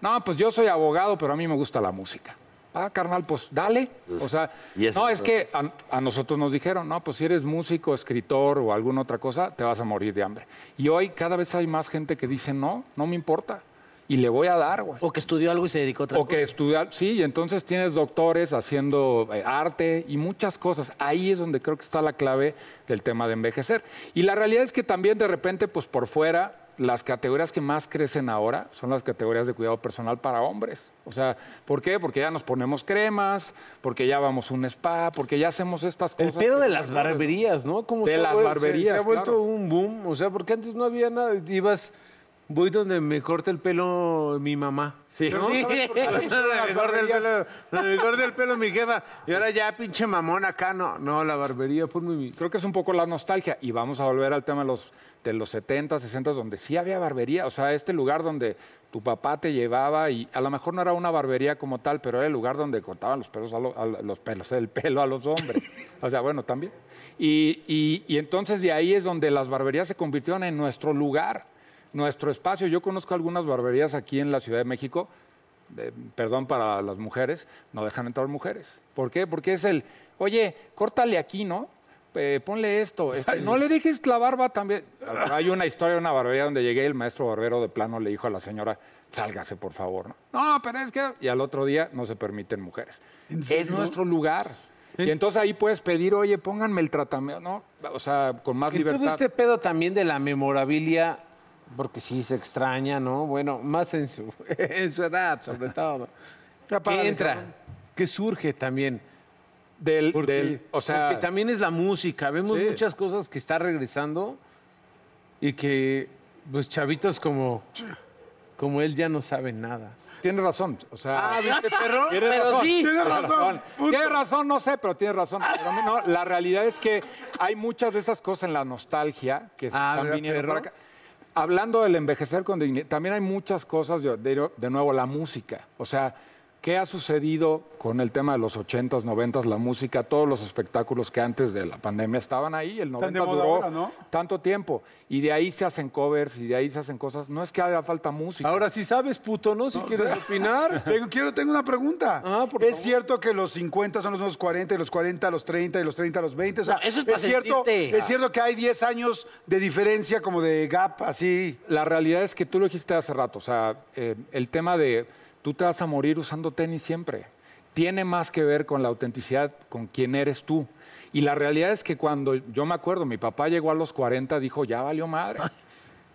No, pues yo soy abogado, pero a mí me gusta la música. Ah, carnal, pues dale. O sea, Y eso- no, es que a, a nosotros nos dijeron, no, pues si eres músico, escritor o alguna otra cosa, te vas a morir de hambre. Y hoy cada vez hay más gente que dice, no, no me importa. Y le voy a dar, güey. O que estudió algo y se dedicó a otra O que estudiar, sí, y entonces tienes doctores haciendo eh, arte y muchas cosas. Ahí es donde creo que está la clave del tema de envejecer. Y la realidad es que también de repente, pues por fuera, las categorías que más crecen ahora son las categorías de cuidado personal para hombres. O sea, ¿por qué? Porque ya nos ponemos cremas, porque ya vamos a un spa, porque ya hacemos estas El cosas. pedo que de son las horribles. barberías, ¿no? Como De se ha las vuel- se- barberías, Se ha vuelto claro. un boom. O sea, porque antes no había nada. Ibas, voy donde me corta el pelo mi mamá. Sí. ¿No? Sí. ¿Sabes por qué? Sí. Donde me corta el pelo- donde me corta el pelo mi jefa. Y ahora ya, pinche mamón acá. No, no, la barbería fue muy... Creo que es un poco la nostalgia y vamos a volver al tema de los, de los 70, 60, donde sí había barbería, o sea, este lugar donde tu papá te llevaba y a lo mejor no era una barbería como tal, pero era el lugar donde cortaban los pelos, a lo- a lo- los pelos, el pelo a los hombres. O sea, bueno, también. Y, y- y entonces de ahí es donde las barberías se convirtieron en nuestro lugar, nuestro espacio. Yo conozco algunas barberías aquí en la Ciudad de México eh, perdón para las mujeres, no dejan entrar mujeres. ¿Por qué? Porque es el, oye, córtale aquí, ¿no? Eh, ponle esto, esto". no le dejes la barba también. Hay una historia de una barbería donde llegué y el maestro barbero de plano le dijo a la señora, sálgase por favor. ¿no? No, pero es que... Y al otro día no se permiten mujeres. Es nuestro lugar. Y entonces ahí puedes pedir, oye, pónganme el tratamiento, ¿no? O sea, con más Y libertad. todo este pedo también de la memorabilia, porque sí se extraña, ¿no? Bueno, más en su, en su edad, sobre todo. Ya que párale, entra, cabrón. que surge también. Del, Porque, del- o sea, porque también es la música. Vemos Sí. muchas cosas que está regresando y que, pues, chavitos como, como él ya no saben nada. Tienes razón. O sea, Ah, ¿viste, perro? Tienes Pero razón. sí. Tienes Tienes razón. razón, Tienes razón, no sé, pero tienes razón. Pero no, la realidad es que hay muchas de esas cosas en la nostalgia que se Ah, están ¿verdad, viniendo perro? para acá. Hablando del envejecer con dignidad, también hay muchas cosas, yo de, de nuevo, la música. O sea, ¿qué ha sucedido con el tema de los 80s, 90s, la música, todos los espectáculos que antes de la pandemia estaban ahí? El Están de 90 moda duró ahora, ¿no? tanto tiempo. Y de ahí se hacen covers y de ahí se hacen cosas. No es que haga falta música. Ahora sí sabes, puto, ¿no? Si quieres opinar. Ah, Tengo, quiero, tengo una pregunta. ¿Es cierto que los 50 son los nuevos 40 y los 40 los 30 y los 30 los 20? O sea, No, eso es para ¿es, cierto, sentirte- ¿Es cierto que hay 10 años de diferencia como de gap así? La realidad es que tú lo dijiste hace rato, o sea, eh, el tema de tú te vas a morir usando tenis siempre, tiene más que ver con la autenticidad, con quién eres tú. Y la realidad es que cuando yo me acuerdo, mi papá llegó a los 40, dijo, ya valió madre.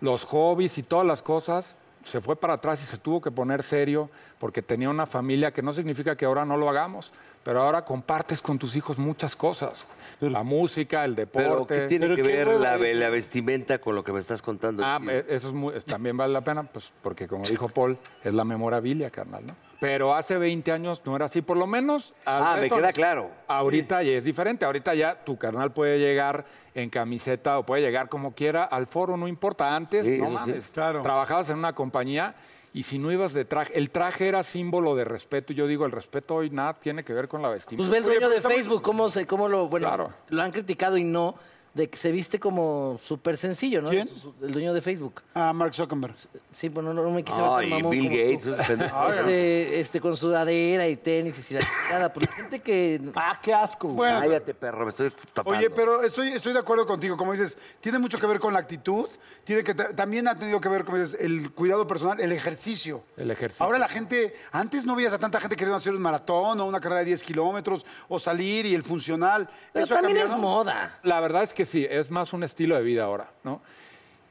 Los hobbies y todas las cosas, se fue para atrás y se tuvo que poner serio porque tenía una familia que no significa que ahora no lo hagamos, pero ahora compartes con tus hijos muchas cosas. La música, el deporte. Pero ¿qué tiene que ver la, ve- la vestimenta con lo que me estás contando? Ah, Chiqui? eh, eso es muy- es- también vale la pena, pues, porque como dijo Paul, es la memorabilia, carnal, ¿no? Pero hace 20 años no era así, por lo menos. al Ah, me resto- queda claro. Ahorita ya es diferente, ahorita ya tu carnal puede llegar en camiseta o puede llegar como quiera al foro, no importa. Antes, Sí, no eso sí. mames, trabajabas en una compañía y si no ibas de traje, el traje era símbolo de respeto. y Yo digo, el respeto hoy nada tiene que ver con la vestimenta. Pues ve el dueño de Facebook, cómo, se, cómo lo, bueno, Claro. lo han criticado y no, de que se viste como súper sencillo, ¿no? ¿Quién? Su- su- El dueño de Facebook. Ah, Mark Zuckerberg. Sí, pues no, no me quise ver tan Ay, mamón Bill como Gates, tú. esos pendejos. Este, este, con sudadera y tenis y si la chingada, por gente que... Ah, qué asco. Bueno, Cállate, perro, me estoy tapando. Oye, pero estoy, estoy de acuerdo contigo. Como dices, tiene mucho que ver con la actitud. Tiene que ta- también ha tenido que ver con el cuidado personal, el ejercicio. El ejercicio. Ahora la gente, antes no veías a tanta gente queriendo hacer un maratón o una carrera de 10 kilómetros o salir y el funcional. Pero Eso ha también es cambiado. moda. La verdad es que sí, es más un estilo de vida ahora, ¿no?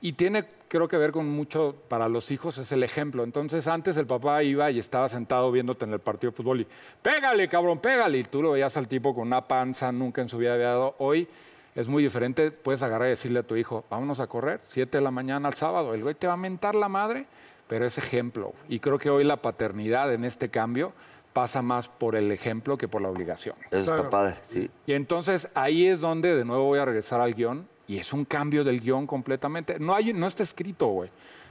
Y tiene, creo que ver con mucho para los hijos, es el ejemplo. Entonces, antes el papá iba y estaba sentado viéndote en el partido de fútbol y, pégale, cabrón, pégale. Y tú lo veías al tipo con una panza, nunca en su vida había dado. Hoy es muy diferente, puedes agarrar y decirle a tu hijo, vámonos a correr, 7 de la mañana al sábado. El güey te va a mentar la madre, pero es ejemplo. Y creo que hoy la paternidad en este cambio pasa más por el ejemplo que por la obligación. Eso está padre, sí. Y entonces ahí es donde de nuevo voy a regresar al guión y es un cambio del guión completamente. No, hay, no está escrito, güey.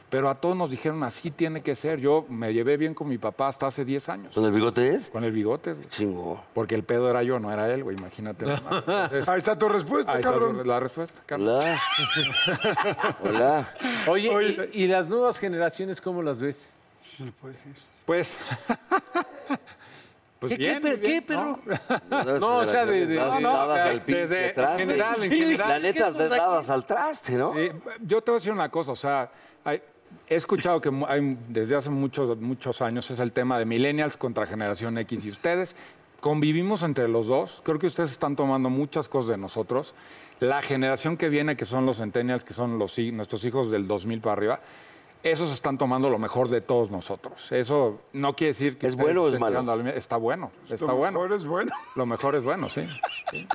Pero a todos nos dijeron, así tiene que ser. Yo me llevé bien con mi papá hasta hace 10 años. ¿Son el bigote es? Con el bigote, güey. Chingo. Porque el pedo era yo, no era él, güey. Imagínate. nomás. Entonces, Ahí está tu respuesta, ahí está cabrón. la respuesta, Carlos. Hola. Hola. Oye, Y, y las nuevas generaciones cómo las ves? Pues... pues Pues Pues ¿Qué, bien, qué, per- muy bien, qué, perro? No, o sea, de- de- Dadas- no, no, dadas o sea, al pinche desde- en traste. general, en general. La neta, ¿Qué cosa dadas al traste, ¿no? Sí, yo te voy a decir una cosa, o sea, hay- he escuchado que mu- hay- desde hace muchos, muchos años es el tema de millennials contra generación X y ustedes convivimos entre los dos, creo que ustedes están tomando muchas cosas de nosotros, la generación que viene, que son los centennials, que son los, hi- nuestros hijos del 2000 para arriba, esos están tomando lo mejor de todos nosotros. Eso no quiere decir que... ¿Es ustedes bueno o es estén malo? tirando al- Está bueno, está Pues Lo bueno. mejor es bueno. Lo mejor es bueno, sí.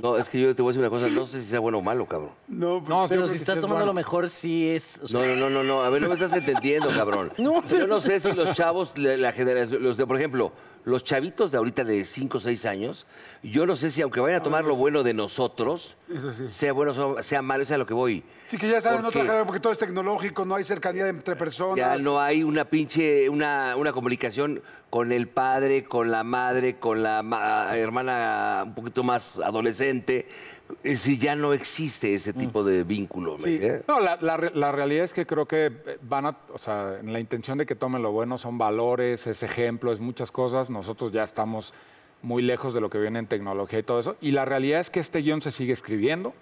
No, es que yo te voy a decir una cosa, no sé si sea bueno o malo, cabrón. No, pues, No, Pero creo si que está sí es tomando bueno. lo mejor, sí es... o sea, No, no, no, no, no, a ver, no me estás entendiendo, cabrón. No, pero- Yo no sé si los chavos, la, la generación, los de, por ejemplo, los chavitos de ahorita de 5 o 6 años, yo no sé si aunque vayan a tomar Ah, lo bueno de nosotros, sea bueno o sea malo, eso es a lo que voy. Sí, que ya están en ¿Por otra qué? carrera porque todo es tecnológico, no hay cercanía entre personas. Ya no hay una pinche, una, una comunicación con el padre, con la madre, con la ma- hermana un poquito más adolescente. Es decir, ya no existe ese Mm. tipo de vínculo. ¿eh? ¿me entiendes? No, la, la re- la realidad es que creo que eh, van a, o sea, en la intención de que tomen lo bueno son valores, es ejemplo, es muchas cosas. Nosotros ya estamos muy lejos de lo que viene en tecnología y todo eso. Y la realidad es que este guión se sigue escribiendo.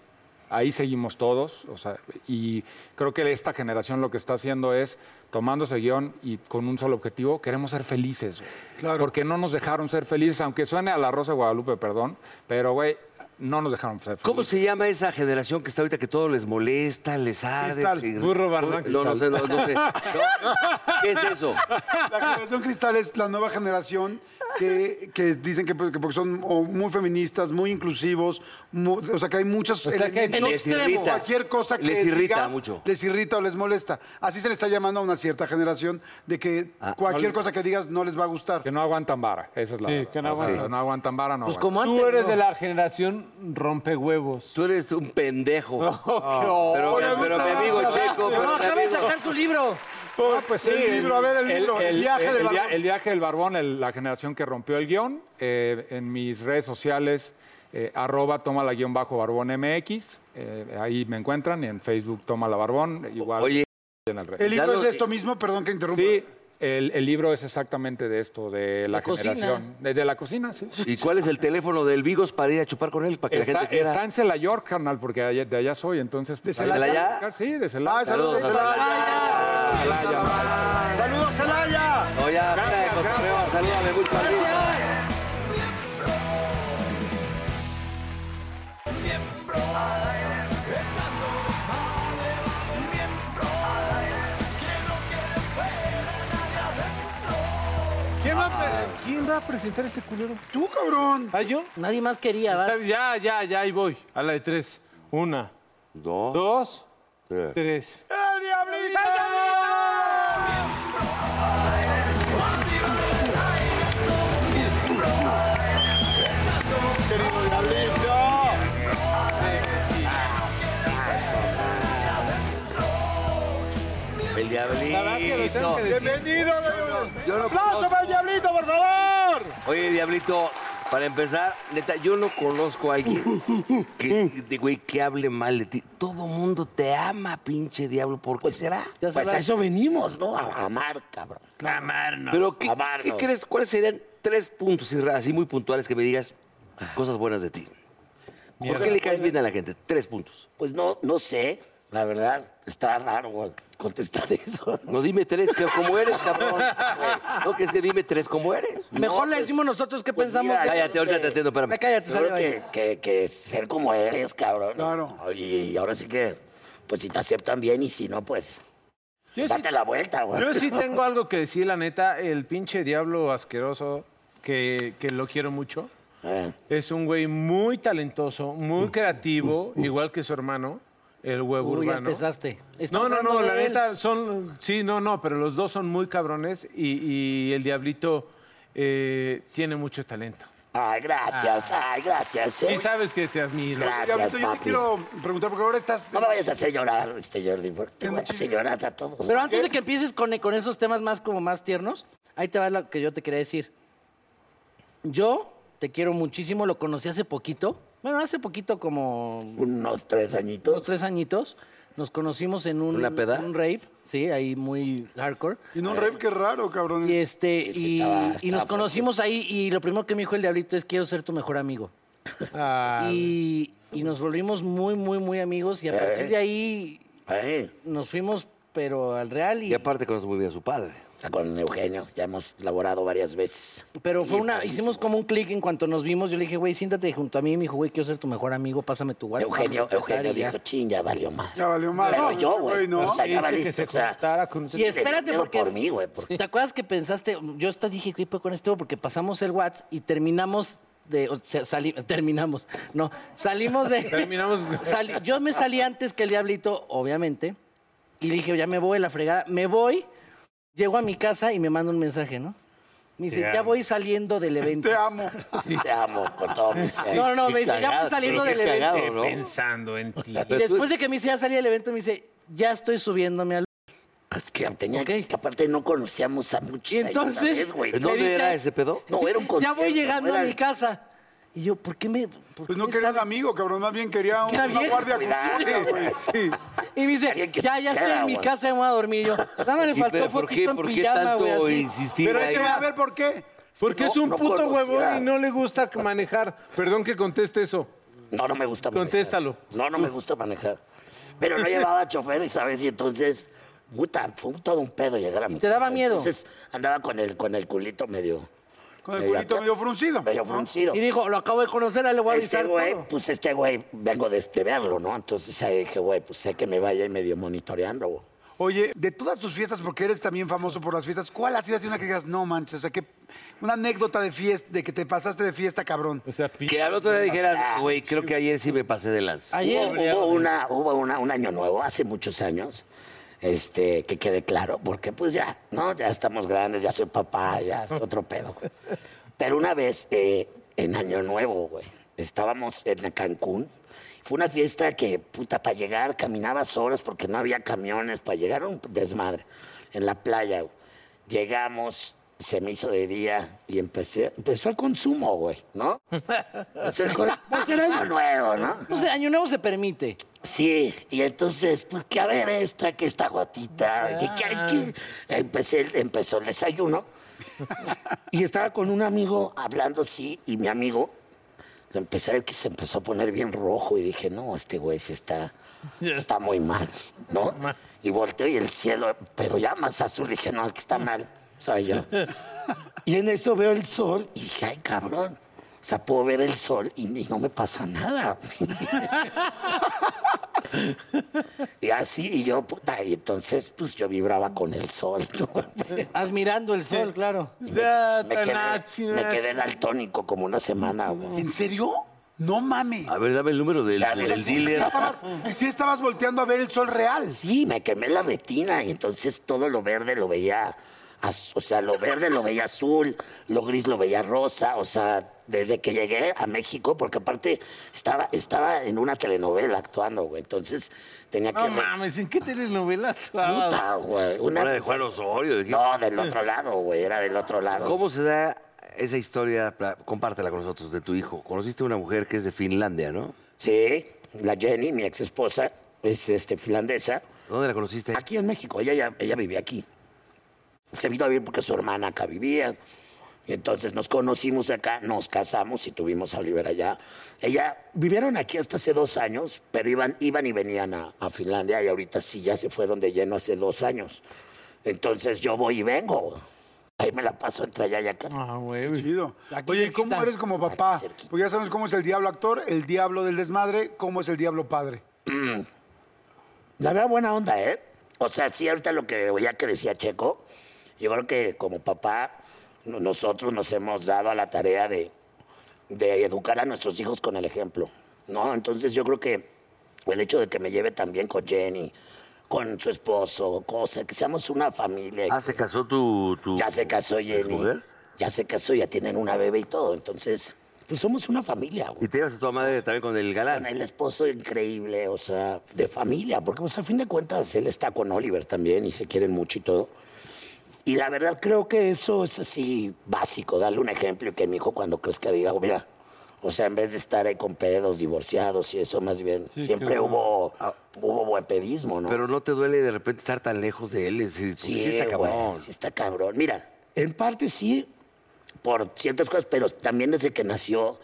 Ahí seguimos todos, o sea, y creo que esta generación lo que está haciendo es tomando ese guión y con un solo objetivo, queremos ser felices. güey. Porque no nos dejaron ser felices, aunque suene a la Rosa de Guadalupe, perdón, pero güey, no nos dejaron ser felices. ¿Cómo se llama esa generación que está ahorita que todo les molesta, les arde? Cristal. se- Burro Barranca. No, no sé, no, no sé. No. ¿Qué es eso? La generación cristal es la nueva generación que, que dicen que, que porque son o muy feministas, muy inclusivos, mu- o sea que hay muchos O sea, que hay elementos- Les irrita. cualquier cosa que Les irrita digas, mucho. les irrita o les molesta. Así se le está llamando a una cierta generación de que Ah, cualquier cosa que digas no les va a gustar. Que no aguantan vara, esa es la Sí, verdad. que no O sea, aguantan. no aguantan vara, no Pues aguantan. como antes, Tú eres no. de la generación rompehuevos. Tú eres un pendejo. Oh, pero oye, pero muchas mi amigo gracias. Checo, pero No, mi acaba de amigo- sacar su libro. Ah, pues sí, el libro, a ver, el libro, el viaje del via- barbón. el viaje del barbón, el- la generación que rompió el guión. eh, en mis redes sociales, eh, arroba toma la guión bajo barbón MX. eh, ahí me encuentran y en Facebook toma la barbón. Igual en el resto. El libro es de esto mismo, perdón que interrumpa. Sí, el, el libro es exactamente de esto, de la, cocina. generación. De, de la cocina, sí. ¿Y cuál es el teléfono del Vigos para ir a chupar con él? Para que la Está, gente quiera? está en Celayor, carnal, porque de allá, de allá soy, entonces... pues, ahí- Celaya? Sí, de Celaya. Ah, saludos, Saludos, Celaya. ¡Saludos, Celaya! No, ya, pues, fuera de cotorreo, salúdame mucho al Vigos. ¿Quién va, a pre- quién va a presentar este culero? Tú, cabrón. ¿Ah, yo? Nadie más quería, ¿va? Ya, ya, ya, ahí voy. A la de tres. Una. Dos. Dos. Tres. Tres. ¡El diablito! Querido diablito. El diablito. ¡Bienvenido, Yo no ¡Aplauso para el diablito, por favor! Oye, diablito, para empezar, neta, yo no conozco a Uh, alguien que, de güey, que hable mal de ti. Todo mundo te ama, pinche diablo. ¿Por qué será? Pues a eso venimos, ¿no? A amar, cabrón. Amarnos. Pero, ¿qué, amarnos. qué crees? ¿Cuáles serían tres puntos y ra- así muy puntuales que me digas cosas buenas de ti? ¿Por qué le caes bien a la gente? Tres puntos. Pues no, no sé. La verdad, está raro contestar eso. No, dime tres, que como eres, cabrón. No, que se dime tres, como eres. Mejor le decimos nosotros qué pensamos. mira, de- pues, Cállate, ahorita te atiendo, espérame. Ve, Cállate, Yo sale, creo que, vaya. que- que ser como eres, cabrón. Claro. Y, ahora sí que, pues si te aceptan bien y si no, pues. date la vuelta, güey. Yo sí tengo algo que decir, la neta. El pinche diablo asqueroso, que, que lo quiero mucho. Eh. Es un güey muy talentoso, Uh, muy creativo, igual que su hermano, el huevo Uy, ya urbano. empezaste. No, Estamos no, no, hablando la de él. neta son. Sí, no, no, pero los dos son muy cabrones y, y el diablito eh, tiene mucho talento. Ay, gracias, ay, Ah, gracias. eh. Y sabes que te admiro. Gracias, Diablito, yo te papi. quiero preguntar porque ahora estás. No me vayas a hacer llorar, este Jordi, porque te voy a hacer llorar a todos. Pero antes de que empieces con, con esos temas más como más tiernos, ahí te va lo que yo te quería decir. Yo te quiero muchísimo, lo conocí hace poquito. Bueno, hace poquito como Unos tres añitos. unos tres añitos. Nos conocimos en un, ¿Una peda? un rave, sí, ahí muy hardcore. Y no, Rey, qué raro, cabrón. Y este, Ese y, estaba- y estaba nos fuerte. conocimos ahí, y lo primero que me dijo el diablito es quiero ser tu mejor amigo. Ah, Y, y nos volvimos muy, muy, muy amigos. Y a Eh. partir de ahí Ay, nos fuimos, pero al real. Y, Y aparte conozco muy bien a su padre. Ah, con Eugenio, ya hemos laborado varias veces. pero fue una, hicimos como un clic en cuanto nos vimos. Yo le dije, güey, siéntate junto a mí. Y me dijo, güey, quiero ser tu mejor amigo, pásame tu WhatsApp. Eugenio, vamos a empezar Eugenio y ya". dijo, ching, ya valió madre. Ya valió madre. Pero Ese yo, güey, ¿no? o sea, ya Dice que valiste, se o sea, juntara con- Y espérate, Pero porque. por mí, güey, por- ¿Te acuerdas que pensaste? Yo hasta dije, ¿qué pedo con este? güey? Porque pasamos el WhatsApp y terminamos de. O sea, sali- terminamos. No, salimos de. Terminamos. Sali- yo me salí antes que el diablito, obviamente. Y le dije, ya me voy a la fregada. Me voy, llego a mi casa y me manda un mensaje, ¿no? Me dice, Te ya amo. voy saliendo del evento. Te amo. te amo con todo mi ser. No, no, no, Qué me dice, ya cagado, voy saliendo del pero qué evento. cagado, ¿no? Pensando en ti. Y después de que me dice, ya salí del evento, me dice, ya estoy subiéndome al. Es que tenía Ok. que aparte no conocíamos a muchos. Y entonces, ¿sabes, güey? me ¿En dónde dice- era ese pedo? No, era un ya concierto, voy llegando era- a mi casa. Y yo, ¿por qué me.? por Pues qué no me quería un está- amigo, cabrón. Más bien quería un- Una una vieja. guardia Cuidado, costera, güey. güey. Sí. Y me dice, Alguien que ya, ya te estoy en quiera, mi güey. casa, me voy a dormir yo. Nada más le ¿Y faltó pero por qué, poquito en por qué pijama, güey, tanto así. insistir Pero hay ahí? que a ver por qué. Porque No, es un no puto conocía. huevón y no le gusta manejar. Perdón que conteste eso. No, no me gusta manejar. Contéstalo. No, no me gusta manejar. Pero no llevaba chofer, ¿sabes? Y entonces, puta, fue un- todo un pedo llegar a mi ¿Te daba casa. miedo? Entonces andaba con el, con el culito medio... Con el culito acá, medio fruncido. Medio fruncido. Y dijo, lo acabo de conocer, ahí le voy a Este avisar güey, todo. pues este güey, vengo de, de verlo, ¿no? Entonces ahí dije, güey, pues sé que me vaya y medio monitoreando, güey. Oye, de todas tus fiestas, porque eres también famoso por las fiestas, ¿cuál ha sido así una que digas, no manches, o sea, que una anécdota de fiesta, de que te pasaste de fiesta, cabrón? O sea, Que al otro día ah, dijeras, güey, creo que ayer sí me pasé de lanza. Hubo, hubo una, hubo una- un año nuevo, hace muchos años, este, que quede claro, porque pues ya, ¿no? Ya estamos grandes, ya soy papá, ya es otro pedo. güey. Pero una vez, eh, en año nuevo, güey, estábamos en Cancún. Fue una fiesta que, puta, para llegar caminabas horas porque no había camiones para llegar, un desmadre. En la playa, güey. Llegamos, se me hizo de día y empecé, empezó el consumo, güey, ¿no? Empezó el con- pues era año nuevo, ¿no? Pues el año nuevo se permite. Sí, y entonces, pues que a ver esta, que esta gotita, que, que hay que- Empecé, el- empezó el desayuno y estaba con un amigo hablando así y mi amigo lo empecé a ver que se empezó a poner bien rojo y dije, no, este güey sí está, está muy mal, ¿no? Y volteo y el cielo, pero ya más azul, dije, no, el que está mal soy yo. Y en eso veo el sol y dije, ay, cabrón. O sea, puedo ver el sol y, y no me pasa nada. y así, y yo, puta, y entonces, pues yo vibraba con el sol. ¿no? Admirando el sol, claro. Me quedé, me quedé daltónico como una semana. ¿En serio? No mames. A ver, dame el número del, Ya, del sí, dealer. sí, Estabas- sí estabas volteando a ver el sol real. Sí, me quemé la retina y entonces todo lo verde lo veía, az- o sea, lo verde lo veía azul, lo gris lo veía rosa, o sea, desde que llegué a México, porque aparte estaba, estaba en una telenovela actuando, güey, entonces tenía que... No mames, ¿en qué telenovela actuabas? Puta, güey. Una de Juan Osorio. ¿de qué? No, del otro lado, güey, era del otro lado. ¿Cómo se da esa historia? Pla- Compártela con nosotros de tu hijo. Conociste a una mujer que es de Finlandia, ¿no? Sí, la Jenny, mi ex esposa, es este, finlandesa. ¿Dónde la conociste? Aquí en México, ella, ya- ella vivía aquí. Se vino a vivir porque su hermana acá vivía. Y entonces nos conocimos acá, nos casamos y tuvimos a Oliver allá. Ella vivieron aquí hasta hace dos años, pero iban, iban y venían a, a Finlandia y ahorita sí ya se fueron de lleno hace dos años. Entonces yo voy y vengo. Ahí me la paso entre allá y acá. Ah, güey. Chido. Oye, ¿y ¿cómo eres como papá? Porque ya sabemos cómo es el diablo actor, el diablo del desmadre, cómo es el diablo padre. Mm. La verdad, buena onda, ¿eh? O sea, sí, ahorita lo que ya que decía Checo, yo creo que como papá, no- nosotros nos hemos dado a la tarea de, de educar a nuestros hijos con el ejemplo, ¿no? Entonces yo creo que el hecho de que me lleve también con Jenny, con su esposo, cosa, que seamos una familia. Ah, se casó tu... tu- Ya se casó Jenny. mujer? Ya se casó, ya tienen una bebé y todo. Entonces, pues somos una familia, güey. Y te llevas a tu madre también con el Con galán. el esposo increíble, o sea, de familia, porque pues a fin de cuentas él está con Oliver también y se quieren mucho y todo. Y la verdad creo que eso es así básico, darle un ejemplo y que mi hijo cuando crezca diga, "Oh, mira, o sea, en vez de estar ahí con pedos, divorciados y eso, más bien, Sí, siempre qué hubo, hubo buen pedismo, ¿no? Pero no te duele de repente estar tan lejos de él. Es decir, pues, sí, está güey, cabrón. sí está cabrón. Mira, en parte sí, por ciertas cosas, pero también desde que nació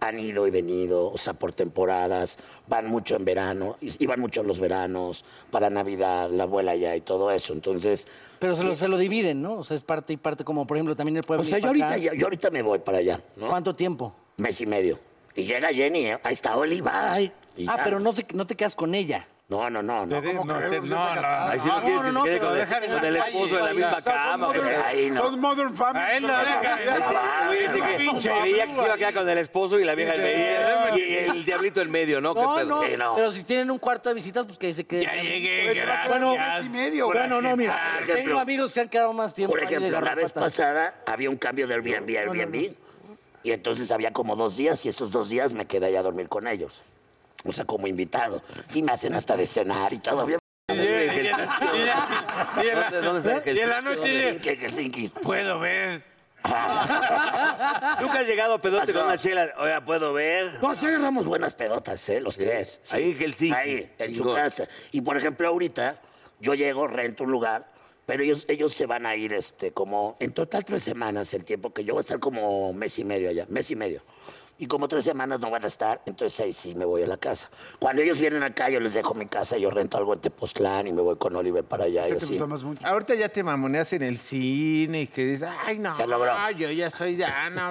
han ido y venido, o sea, por temporadas, van mucho en verano, y- iban mucho en los veranos, para Navidad, la abuela ya y todo eso. Entonces, Pero se, lo, se lo dividen, ¿no? O sea, es parte y parte, como por ejemplo también el pueblo. o sea, yo ahorita, ya- yo ahorita me voy para allá, ¿no? ¿Cuánto tiempo? Mes y medio. Y llega Jenny, ¿eh? ahí está Oli, bye. Y ah, ya. pero no te, no te quedas con ella. No, no, no, no. ¿Cómo no, crees? te- Pues no, ya está no, casada. ahí sí Ah, no quieres que se quede pero con el- dejan en con la el calle, esposo en la oiga. misma O sea, son cama, modern- pero ahí no. Son Modern Family. A él lo dejan. Ah, güey, dice que Creía que se iba a quedar con el esposo y la vieja en medio. Y el diablito en medio, ¿no? ¿Qué No, pedo? no, Sí, pero si tienen un cuarto de visitas, pues que se quede. Ya llegué, Bueno, Bueno, mes y medio. Bueno, no, mira, Por Ah, ejemplo- tengo amigos que han quedado más tiempo. Por ahí de ejemplo, la vez garrapatas. pasada había un cambio de Airbnb a No, no, Airbnb. Y entonces había como dos días y esos dos días me quedé allá a dormir con ellos. O sea, como invitado. Y me hacen hasta de cenar y todo. Bien. y en la- ¿Dónde- dónde ¿Eh? está el- y en la noche- Helsinki, Helsinki. Ah. Puedo ver. Nunca has llegado pedote con una chela. Oiga, puedo ver. No, sí agarramos buenas pedotas, ¿eh? Los tres. sí. Ahí en Helsinki. Ahí, en su Chingón. casa. Y por ejemplo, ahorita yo llego, rento un lugar, pero ellos, ellos se van a ir este, como en total tres semanas, el tiempo que yo voy a estar como mes y medio allá, mes y medio. Y como tres semanas no van a estar, entonces ahí sí me voy a la casa. Cuando ellos vienen acá, yo les dejo mi casa, yo rento algo en Tepoztlán y me voy con Oliver para allá. Y así. Ahorita ya te mamoneas en el cine y que dices, ay, no. Se logró. Yo ya soy, ya no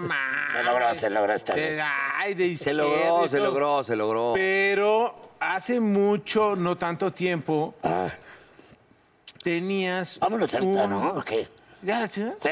más. Se logró, se logró esta vez. Ay, de Se logró, se logró, se logró. Pero hace mucho, no tanto tiempo, tenías. Ah. Vámonos ahorita, ¿no? ¿O qué? ¿Ya la ciudad? Sí.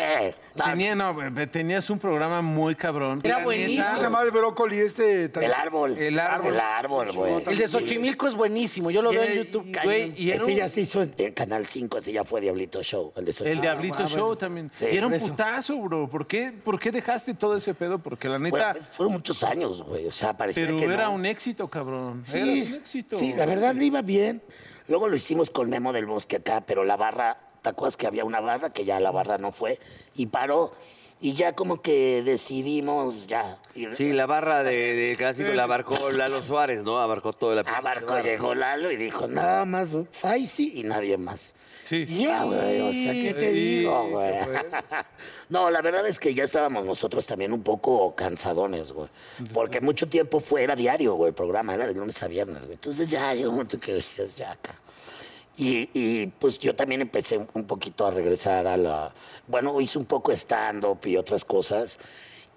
Tenía- no, be- be- tenías un programa muy cabrón. Era La neta, buenísimo. ¿Cómo se llama el brócoli este? tan- El árbol. El árbol. El árbol, güey. El de Xochimilco es buenísimo, yo lo veo eh, en YouTube. cañón. Ese ya se hizo en en Canal 5, ese ya fue Diablito Show. El, de El Xochimilco. Diablito Ah, Show bueno. también. Sí. y era un Por eso. putazo, bro. ¿Por qué, ¿Por qué dejaste todo ese pedo? Porque la neta. Fueron- pues, fueron muchos años, güey. O sea, parecía Pero que era no. un éxito, cabrón. Sí, Era un éxito. Sí, la verdad le iba bien. Luego lo hicimos con Memo del Bosque acá, pero la barra, ¿te acuerdas que había una barra que ya la barra no fue? Y paró. Y ya como que decidimos ya. ir- Sí, la barra de, de clásico la abarcó Lalo Suárez, ¿no? Abarcó toda la... Abarcó, llegó Lalo y dijo, nada más Faisy y nadie más. Sí. Ya, güey, o sea, ¿qué te Sí, digo, qué güey? no, la verdad es que ya estábamos nosotros también un poco cansadones, güey. Porque mucho tiempo fue, era diario, güey, el programa, era de lunes a viernes, güey. Entonces ya llegó un momento que decías, ya, acá. Y, y, pues yo también empecé un poquito a regresar a la... Bueno, hice un poco stand-up y otras cosas.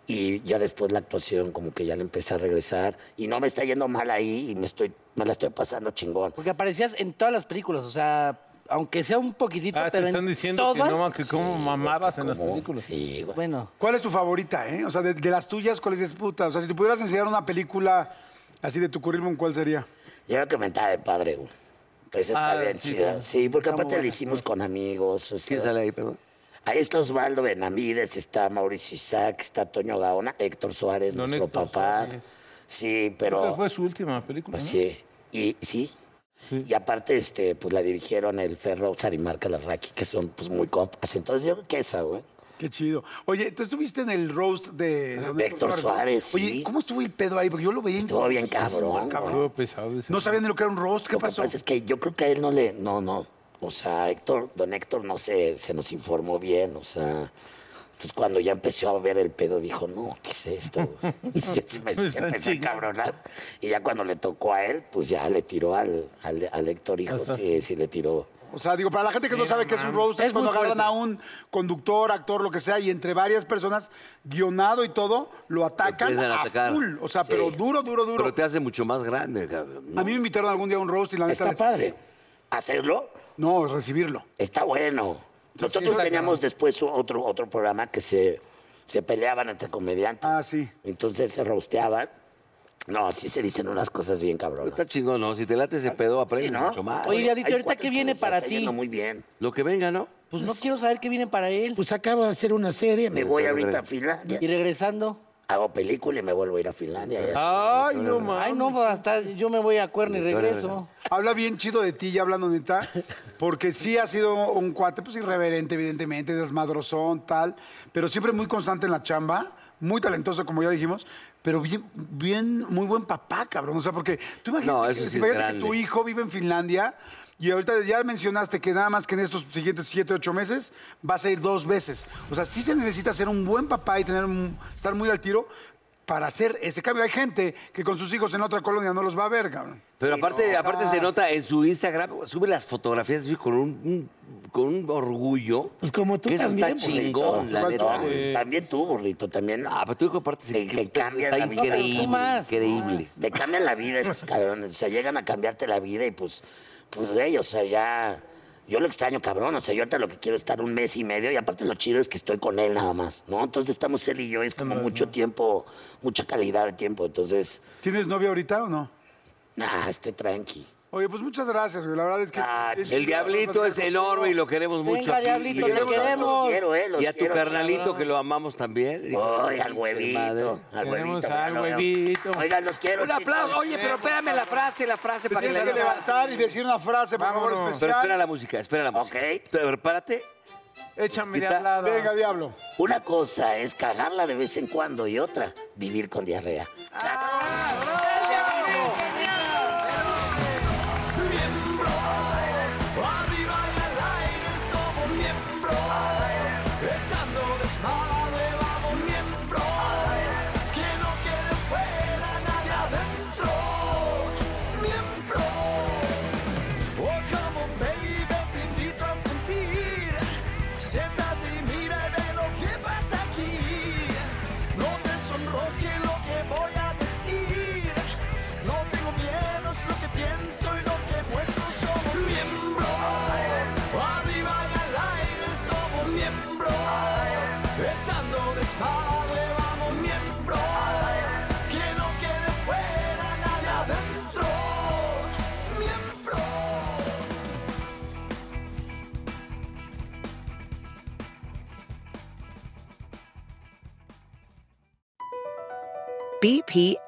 Y ya después la actuación, como que ya le empecé a regresar. Y no me está yendo mal ahí y me, estoy, me la estoy pasando chingón. Porque aparecías en todas las películas, o sea, aunque sea un poquitito, Ah, te pero están en diciendo todas, que no, que cómo mamabas en las películas. Sí, güey. Bueno, ¿Cuál es tu favorita, eh? O sea, de, de las tuyas, ¿cuál es esa puta? O sea, si te pudieras enseñar una película así de tu currículum, ¿cuál sería? Yo creo que me está de padre, güey. Esa está Ah, bien sí, chida. ¿no? Sí, porque Está muy aparte la buena. hicimos con amigos. o sea, ¿Quién sale ahí, perdón? ahí está Osvaldo Benamides, está Mauricio Isaac, está Toño Gaona, Héctor Suárez, Don nuestro Héctor papá. Suárez. Sí, Creo que pero. fue su última película. pues, ¿no? sí. Y sí. Y aparte, este, pues la dirigieron el Ferro Sarimarca Larraqui, que son pues muy compas. Entonces yo creo que esa, güey. Qué chido. Oye, ¿tú estuviste en el roast de... De Héctor Suárez, Oye, sí. ¿cómo estuvo el pedo ahí? Porque yo lo veía... Estuvo bien incomodísimo, cabrón, Estuvo pesado ese. No sabían de lo que era un roast. ¿Qué Lo que pasó? pasa es que yo creo que a él no le. No, no. O sea, Héctor, don Héctor no se, se nos informó bien. O sea. Entonces cuando ya empezó a ver el pedo, dijo, no, ¿qué es esto? y yo sí me, Me están empecé a chingando. cabronar. Y ya cuando le tocó a él, pues ya le tiró al, al, al Héctor, hijo. Hasta Sí, sí le tiró. O sea, digo, para la gente que no sabe qué es un roast, es Es muy cuando agarran fuerte. a un conductor, actor, lo que sea, y entre varias personas, guionado y todo, lo atacan empiezan a a, atacar. full. O sea, Sí. pero duro, duro, duro. Pero te hace mucho más grande, cabrón. A mí me invitaron algún día a un roast y la neta... Está les- padre. Hacerlo No, recibirlo. está bueno. Nosotros está teníamos después otro, otro programa que se, se peleaban entre comediantes. Ah, sí. Entonces se rosteaban. No, sí se dicen unas cosas bien Pero cabronas. Está chingón, ¿no? Si te late ese pedo, aprendes Sí, ¿no? mucho más. Oye, Diablito, Hay ¿ahorita cuates qué que viene les para está yendo ti? muy bien. Lo que venga, ¿no? pues no quiero saber qué viene para él. Pues acabo de hacer una serie. Me voy Pero, ahorita pero- a Finlandia. Y regresando, Hago película y me vuelvo a ir a Finlandia. y así. Ay, no ay mames. no, pues, hasta yo me voy a Cuerna y regreso. Habla bien chido de ti, ya hablando neta, porque sí ha sido un cuate, pues irreverente, evidentemente, desmadrozón, tal, pero siempre muy constante en la chamba, muy talentoso, como ya dijimos, pero bien, bien muy buen papá, cabrón. O sea, porque tú imagínate, No, que, eso sí es imagínate que grande. tu hijo vive en Finlandia y ahorita ya mencionaste que nada más que en estos siguientes siete, ocho meses vas a ir dos veces. O sea, sí se necesita ser un buen papá y tener un- estar muy al tiro. Para hacer ese cambio, hay gente que con sus hijos en otra colonia no los va a ver, cabrón. Pero aparte, aparte se nota en su Instagram, sube las fotografías así con un, un- con un orgullo. Pues como tú que eso también, está chingón, burrito. la neta. No, También tú, burrito, también. Ah, pero tú compartes Te- te cambia Está la vida. No, pero increíble, tú más, increíble. Te cambian la vida estos cabrones. O sea, llegan a cambiarte la vida y pues, pues, güey, o sea, ya. Yo lo extraño, cabrón. O sea, yo ahorita lo que quiero es estar un mes y medio y aparte lo chido es que estoy con él nada más, ¿no? Entonces estamos él y yo, es como mucho tiempo, mucha calidad de tiempo. Entonces, ¿Tienes novia ahorita o no? nah, estoy tranqui. Oye, pues muchas gracias, güey. La verdad es que... es- Ah, es El chido diablito platicar es contigo. enorme y lo queremos Venga, mucho. aquí. Diablito, Y te queremos- queremos. Los quiero, eh, los Y a tu quiero, carnalito, cabrón. que lo amamos también. Ay, al Madre. huevito, al Queremos huevito. al ya lo veo. huevito. Oigan, los quiero. Un aplauso. chicos. Oye, pero espérame eh. la frase, la frase Te para que tienes la que levantar y decir una frase, por favor, Vámonos. Pero espera especial. la música, espera la música. Ok. Prepárate. Échame de Quita- al lado. Venga, diablo. Una cosa es cagarla de vez en cuando y otra, vivir con diarrea. Miembros, arriba y al aire somos miembros, echando desmadre vamos miembros, que no quede fuera nadie adentro, miembros. Oh, como baby, te invito a sentir, siéntate y mira y ve lo que pasa aquí, no te sonroje lo que voy a decir. BP